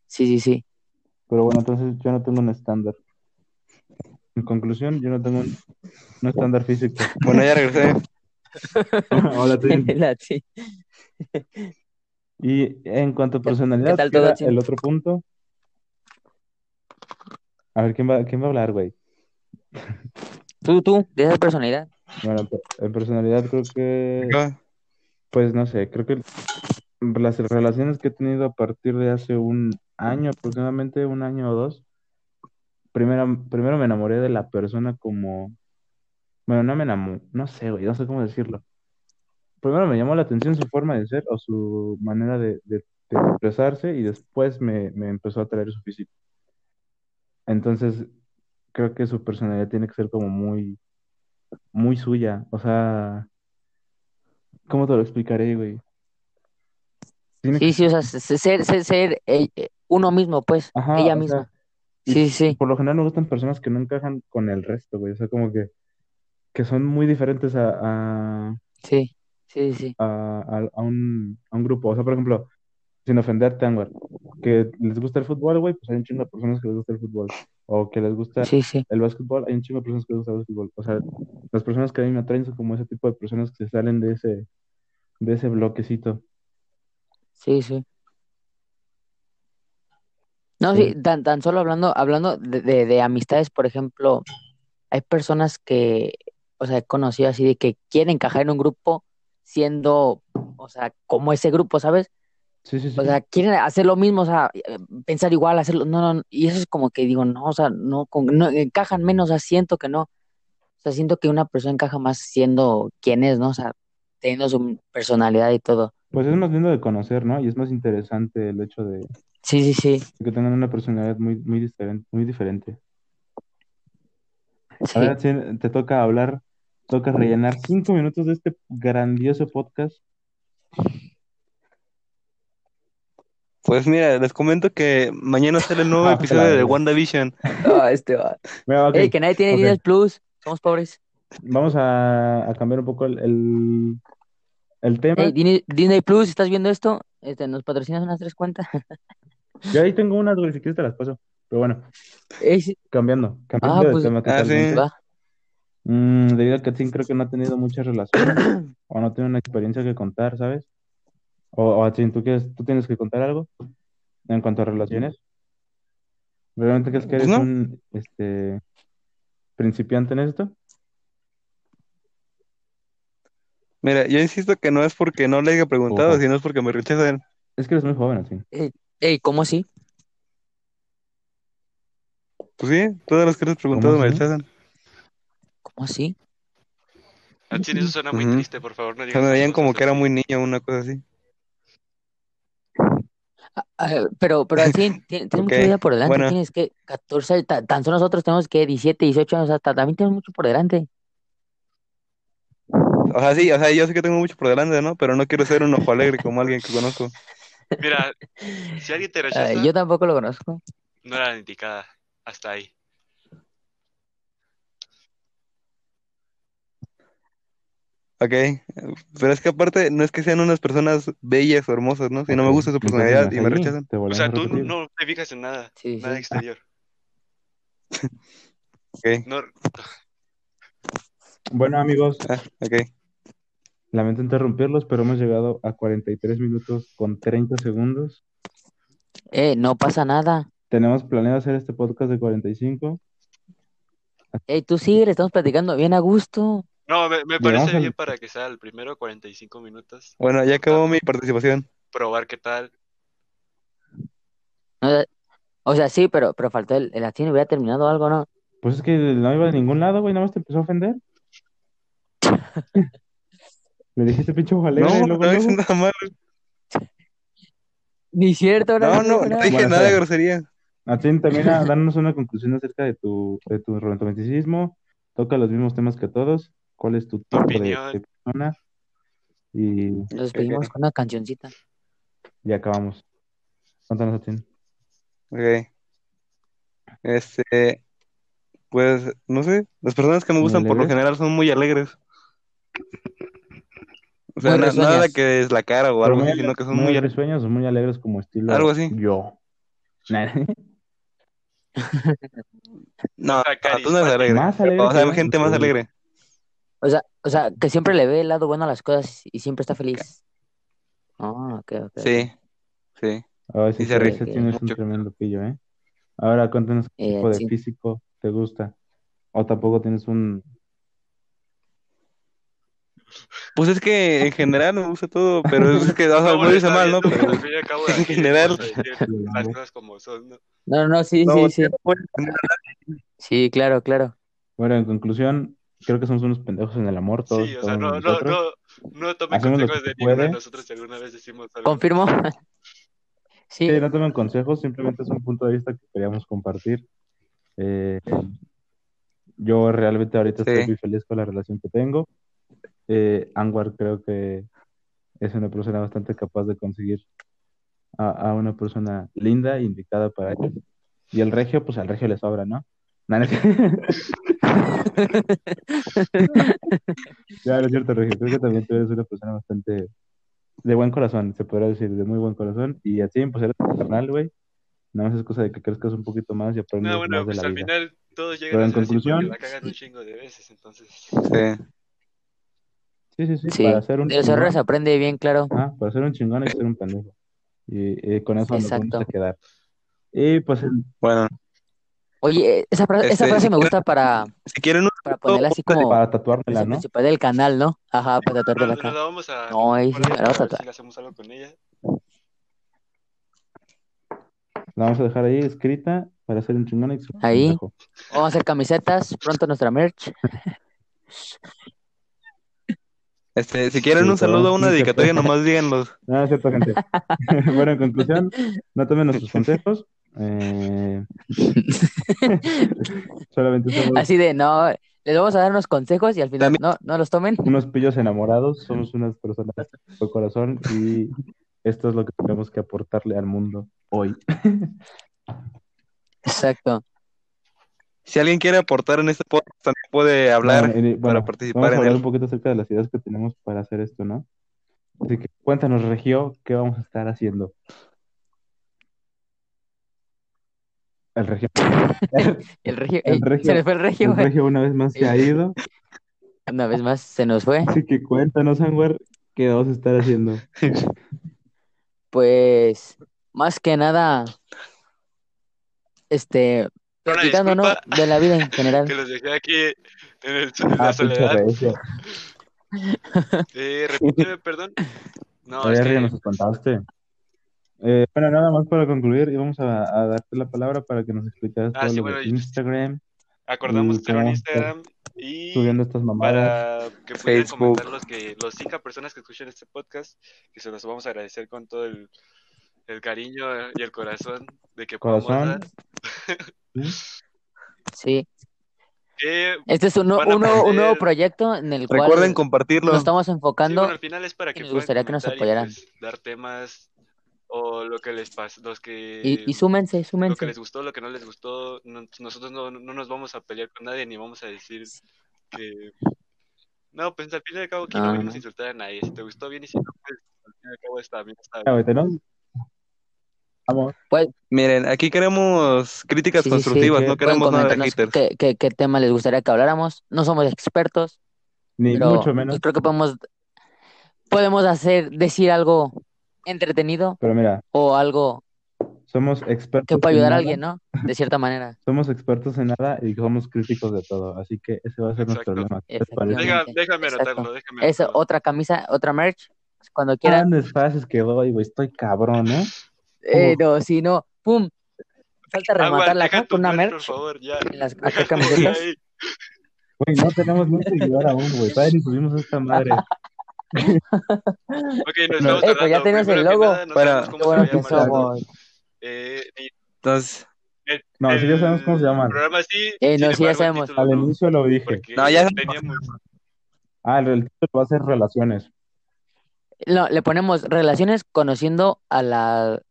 Sí, sí, sí. Pero bueno, entonces yo no tengo un estándar. En conclusión, yo no tengo un, un estándar físico. Bueno, ya regresé. Hola, Tim. La- sí. Y en cuanto a personalidad, tal que todo, era Tim? el otro punto. A ver, ¿quién va, quién va a hablar, güey? Tú, tú, de esa personalidad. Bueno, pe- en personalidad creo que, pues no sé, creo que las relaciones que he tenido a partir de hace un año, aproximadamente un año o dos, primero, primero me enamoré de la persona como, bueno, no me enamoré, no sé, güey, no sé cómo decirlo. Primero me llamó la atención su forma de ser o su manera de, de- de expresarse y después me, me empezó a atraer su físico. Entonces, creo que su personalidad tiene que ser como muy, muy suya. O sea, ¿cómo te lo explicaré, güey? Tiene que Sí, sí, o sea, se- ser, ser, ser eh, eh, uno mismo, pues, Ajá, ella o misma. y- Sí, sí, Por lo general me gustan personas que no encajan con el resto, güey. O sea, como que, que son muy diferentes a, a, sí, sí, sí. a, a- a un, a un grupo. O sea, por ejemplo, sin ofenderte, Anwar, que les gusta el fútbol, güey, pues hay un chingo de personas que les gusta el fútbol. O que les gusta Sí, sí. el básquetbol, hay un chingo de personas que les gusta el básquetbol. O sea, las personas que a mí me atraen son como ese tipo de personas que se salen de ese, de ese bloquecito. Sí, sí. No, Sí. sí, tan, tan solo hablando, hablando de, de- de amistades, por ejemplo, hay personas que, o sea, he conocido así de que quieren encajar en un grupo siendo, o sea, como ese grupo, ¿sabes? Sí, sí, sí. O sea, quieren hacer lo mismo, o sea, eh, pensar igual, hacerlo, no, no, y eso es como que digo, no, o sea, no, con- no encajan menos, o sea, siento que no. O sea, siento que una persona encaja más siendo quien es, ¿no? O sea, teniendo su personalidad y todo. Pues es más lindo de conocer, ¿no? Y es más interesante el hecho de Sí, sí, sí, que tengan una personalidad muy, muy diferente, muy diferente. sí. Ahora sí, te toca hablar, toca rellenar cinco minutos de este grandioso podcast. Pues mira, les comento que mañana sale el nuevo Ah, episodio la de verga. WandaVision. Ah, este va. Mira, ok, Ey, que nadie tiene ok. Adidas Plus. Somos pobres. Vamos a, a cambiar un poco el, el, el tema. Ey, Disney, Disney Plus, si estás viendo esto, este, nos patrocinas unas tres cuentas. Yo ahí tengo unas, güey, si quieres te las paso. Pero bueno, Ey, sí, cambiando, cambiando Ah, de pues- tema Ah, sí. totalmente. va. Mm, debido a que Tim creo que no ha tenido muchas relaciones o no tiene una experiencia que contar, ¿sabes? O, o Tim, ¿tú, quieres, ¿tú tienes que contar algo en cuanto a relaciones? ¿Realmente crees que Pues eres no. un este, principiante en esto? Mira, yo insisto que no es porque no le haya preguntado, Ojo. sino es porque me rechazan. Es que eres muy joven, así. Ey, ¿cómo así? Pues sí, todas las que les he preguntado ¿Cómo me sí? rechazan. ¿Cómo así? Atsin, Ah, eso suena muy Ujú. triste, por favor, no O digas sea, me esas veían como cosas, que era Atsin. muy niño o una cosa así. Ah, pero, pero así, tien- tienes mucha Ok, vida por delante. bueno. Tienes que 14, ta- tan solo nosotros tenemos que 17, 18 años. O sea, ta- también tienes mucho por delante. O sea, sí, o sea, yo sé que tengo mucho por delante, ¿no? Pero no quiero ser un ojo alegre como alguien que conozco. Mira, si alguien te Pues Ah, rechaza, yo tampoco lo conozco. no era la indicada. Hasta ahí. Ok, pero es que aparte no es que sean unas personas bellas o hermosas, ¿no? Si no me Ok, gusta su entonces, personalidad y me ahí rechazan. Te O volvemos sea, a tú repetir. no te fijas en nada, Sí, nada sí. exterior. Ok, No, Bueno, amigos, ah, ok. lamento interrumpirlos, pero hemos llegado a 43 minutos con 30 segundos. Eh, no pasa nada. Tenemos planeado hacer este podcast de 45. Ey, tú sigue, le estamos platicando bien a gusto. no me, me Llegamos parece al- bien para que sea el primero 45 minutos. Bueno, ya acabó mi participación. Probar qué tal. No, o sea, sí, pero, pero faltó el, el Atsin, Hubiera terminado algo, ¿no? Pues es que no iba de ningún lado, güey, nada más te empezó a ofender. Le dijiste pinche ojo alegre y No, luego, no luego. hice nada malo. Ni cierto, No, no, no no. dije Bueno, nada de está grosería. A ti también a darnos una conclusión acerca de tu, de tu romanticismo. Toca los mismos temas que todos. ¿Cuál es tu tipo de, opinión. de persona? Y, Nos despedimos con una cancioncita. y acabamos. Cuéntanos, Atin. Ok. Este, pues, no sé, las personas que me ¿Muy gustan por lo alegres? general son muy alegres. O sea, Muy na- risueñas. nada que es la cara o Pero algo muy, así, ale- sino que son muy muy alegres. risueños o muy alegres como estilo Algo así. yo. Nah. No, O ah, sea, Ah, Cari, tú no eres ¿cuál? alegre. Más alegre O que sea, yo. gente más alegre. O sea, o sea, que siempre le ve el lado bueno a las cosas y siempre está feliz. Ah, ok, ok. Sí, sí. Ay, sí, Sí, se Cari, ríe, ese que tienes un mucho. tremendo pillo, ¿eh? Ahora cuéntanos qué Eh, tipo de sí. físico te gusta. O tampoco tienes un... Pues es que en general me gusta todo, pero es que, o sea, No, me bueno, dice está mal, bien, ¿no? tú, Pero al fin y al cabo, en aquí general. vamos a decir Las cosas como son, ¿no? No, no, sí, No, sí, tío, sí. bueno, Sí, claro, claro. Bueno, en conclusión, creo que somos unos pendejos en el amor, todos, Sí, o sea, todos no, no, nosotros. no, no tomen Hacemos lo consejos que de ninguno de puede. nosotros si alguna vez decimos algo. Ah, Confirmo. Sí, Sí, no tomen consejos, simplemente es un punto de vista que queríamos compartir. Eh, yo realmente ahorita Sí. estoy muy feliz con la relación que tengo. Eh, Anwar creo que es una persona bastante capaz de conseguir a, a una persona linda, indicada para ellos. Y el regio, pues al regio le sobra, ¿no? No, no es cierto. Ya, no es cierto, regio. Creo que también tú eres una persona bastante de buen corazón, se podrá decir, de muy buen corazón. Y así, pues eres carnal, güey. Nada más es cosa de que crezcas un poquito más y aprendas No, bueno, más de pues la al vida. final todos llegan Pero a en ser así porque conclusión- la cagan un chingo de veces, entonces. sí. Sí, sí, sí, sí. para ser un De los errores chingón. aprende bien, claro. Ah, para ser un chingón hay que ser un pendejo. Y eh, con eso nos vamos Exacto. a quedar. Y pues el- Bueno, Oye, eh, esa frase, esa Este, frase me gusta para, si quieren un Ah, para ponerla así como para tatuármela, mensaje ¿no? principal del canal, ¿no? Ajá, para Nos, tatuártela nos acá. la vamos a. No, ahí sí por ahí, me la vas a a ver tatuar. si le hacemos algo con ella. La vamos a dejar ahí escrita para ser un chingón hay que ser un Ahí. pendejo. Vamos a hacer camisetas, pronto nuestra merch. Este, si quieren Sí, un saludo o cabrón, una sí, dedicatoria, cierto. nomás díganlos. No, no es cierto, gente. bueno, en conclusión, no tomen nuestros consejos. eh, solamente somos Así de, no, les vamos a dar unos consejos y al final, También- no, no los tomen. unos pillos enamorados, somos unas personas de corazón y esto es lo que tenemos que aportarle al mundo hoy. Exacto. Si alguien quiere aportar en este podcast, también puede hablar Bueno, eh, bueno, para participar vamos a en hablar él. un poquito acerca de las ideas que tenemos para hacer esto, ¿no? Así que cuéntanos, Regio, ¿qué vamos a estar haciendo? El Regio. El regio, El ey, regio- se nos fue el regio, El güey. Regio una vez más se ha ido. Una vez más se nos fue. Así que cuéntanos, Anwar, ¿qué vamos a estar haciendo? Pues, más que nada, este, Una platicando, ¿no? disculpa. De la vida en Que general. los dejé aquí en, el, en la Ah, pinche soledad. Regio. Eh, repíteme, perdón. No, Oye, es Regio, que. nos contaste. Eh, bueno, nada más para concluir, y vamos a, a darte la palabra para que nos expliques Ah, todo sí, lo bueno, de y- Instagram, Acordamos ¿Y hacer un cómo Instagram y subiendo estas mamadas. para que pudieran Facebook. comentar los que los cinco personas que escuchan este podcast, que se los vamos a agradecer con todo el, el cariño y el corazón de que podamos Corazón. dar. Sí. Que, Este es un, nu- Van a un nuevo, un nuevo aprender. proyecto en el cual Recuerden nos compartirlo. estamos eh, sí, enfocando. bueno, al final es para que nos puedan gustaría que nos comentar y, apoyaran. pues, dar temas o lo que les pasó, los que Y, y súmense, lo eh, que súmense. les gustó, lo que no les gustó. No- nosotros no, no nos vamos a pelear con nadie ni vamos a decir que no, pues al fin y al cabo aquí no Ah. venimos a insultar a nadie. Si te gustó bien y si no, pues al fin y al cabo está bien. Está bien. Ah, güey, ¿no? Vamos. Miren, aquí queremos críticas Sí, sí, sí. constructivas, no Pueden Pueden queremos nada de comentarnos haters. qué, qué- qué tema les gustaría que habláramos. No somos expertos, Ni pero mucho menos. pues, creo que podemos, podemos hacer, decir algo entretenido Pero mira, o algo somos expertos que pueda en ayudar a nada, alguien, ¿no? De cierta manera. Somos expertos en nada y somos críticos de todo. Así que ese va a ser Exacto. nuestro lema. ¿Qué les parece? Efectivamente. Deja- déjame Exacto. anotarlo, déjame Es anotarlo. otra camisa, otra merch. Cuando Ah, quieran. no desfases que doy, güey. Estoy cabrón, ¿eh? Eh, no, si no, ¡pum! Falta Aguas, rematarla Ah, deja acá tu con una merch, por merch. favor, ya. en las- acá Deja tu merch camisetas. ahí. Güey, no tenemos ni un seguidor aún, güey. Todavía ni subimos esta madre. Ok, nos estamos Eh, pero ya tardando. tenías el Primero que logo. nada, no Para- sabemos Qué cómo bueno se va que a llamar esto. somos. Eh, y Entonces, No, sí ya sabemos cómo se llaman. El programa sí, Eh, no, sin sí, embargo, ya el sabemos. título Al no, inicio lo dije. porque No, ya- teníamos... Ah, el el título va a ser relaciones. No, le ponemos relaciones conociendo a la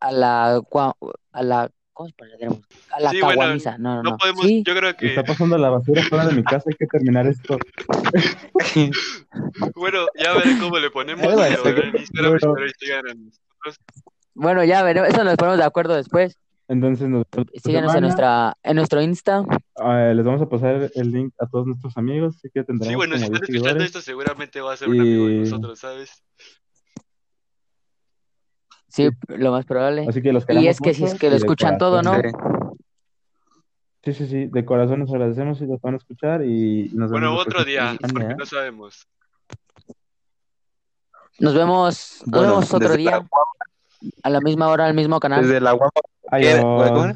a la gua- a la ¿cómo se pondríamos? A la Sí, bueno, caguamisa. No, no, No no. podemos, Sí, yo creo que... Está pasando la basura fuera de mi casa. Hay que terminar esto. Bueno, ya veré cómo le ponemos. Eh, bueno, Lo verán en Instagram, bueno. espero que sigan en- bueno, ya veremos, eso nos ponemos de acuerdo después. Entonces, nos vemos la Síganos en, semana. nuestra, en nuestro Insta. Ah, les vamos a pasar el link a todos nuestros amigos. Así que tendremos Sí, bueno, si como 10 están escuchando seguidores. esto, seguramente va a ser un amigo de Y- nosotros, ¿sabes? Sí, lo más probable. Así que los Y queremos es que si es mucho que lo y de escuchan todo, ¿no? corazón- Sí. Sí, sí, sí. De corazón nos agradecemos si los van a escuchar y nos vemos Bueno, la otro próxima día, semana, porque ¿eh? no sabemos. Nos vemos, nos Bueno, vemos otro desde la día. A la misma hora, al mismo canal. Desde la guapa. Adiós.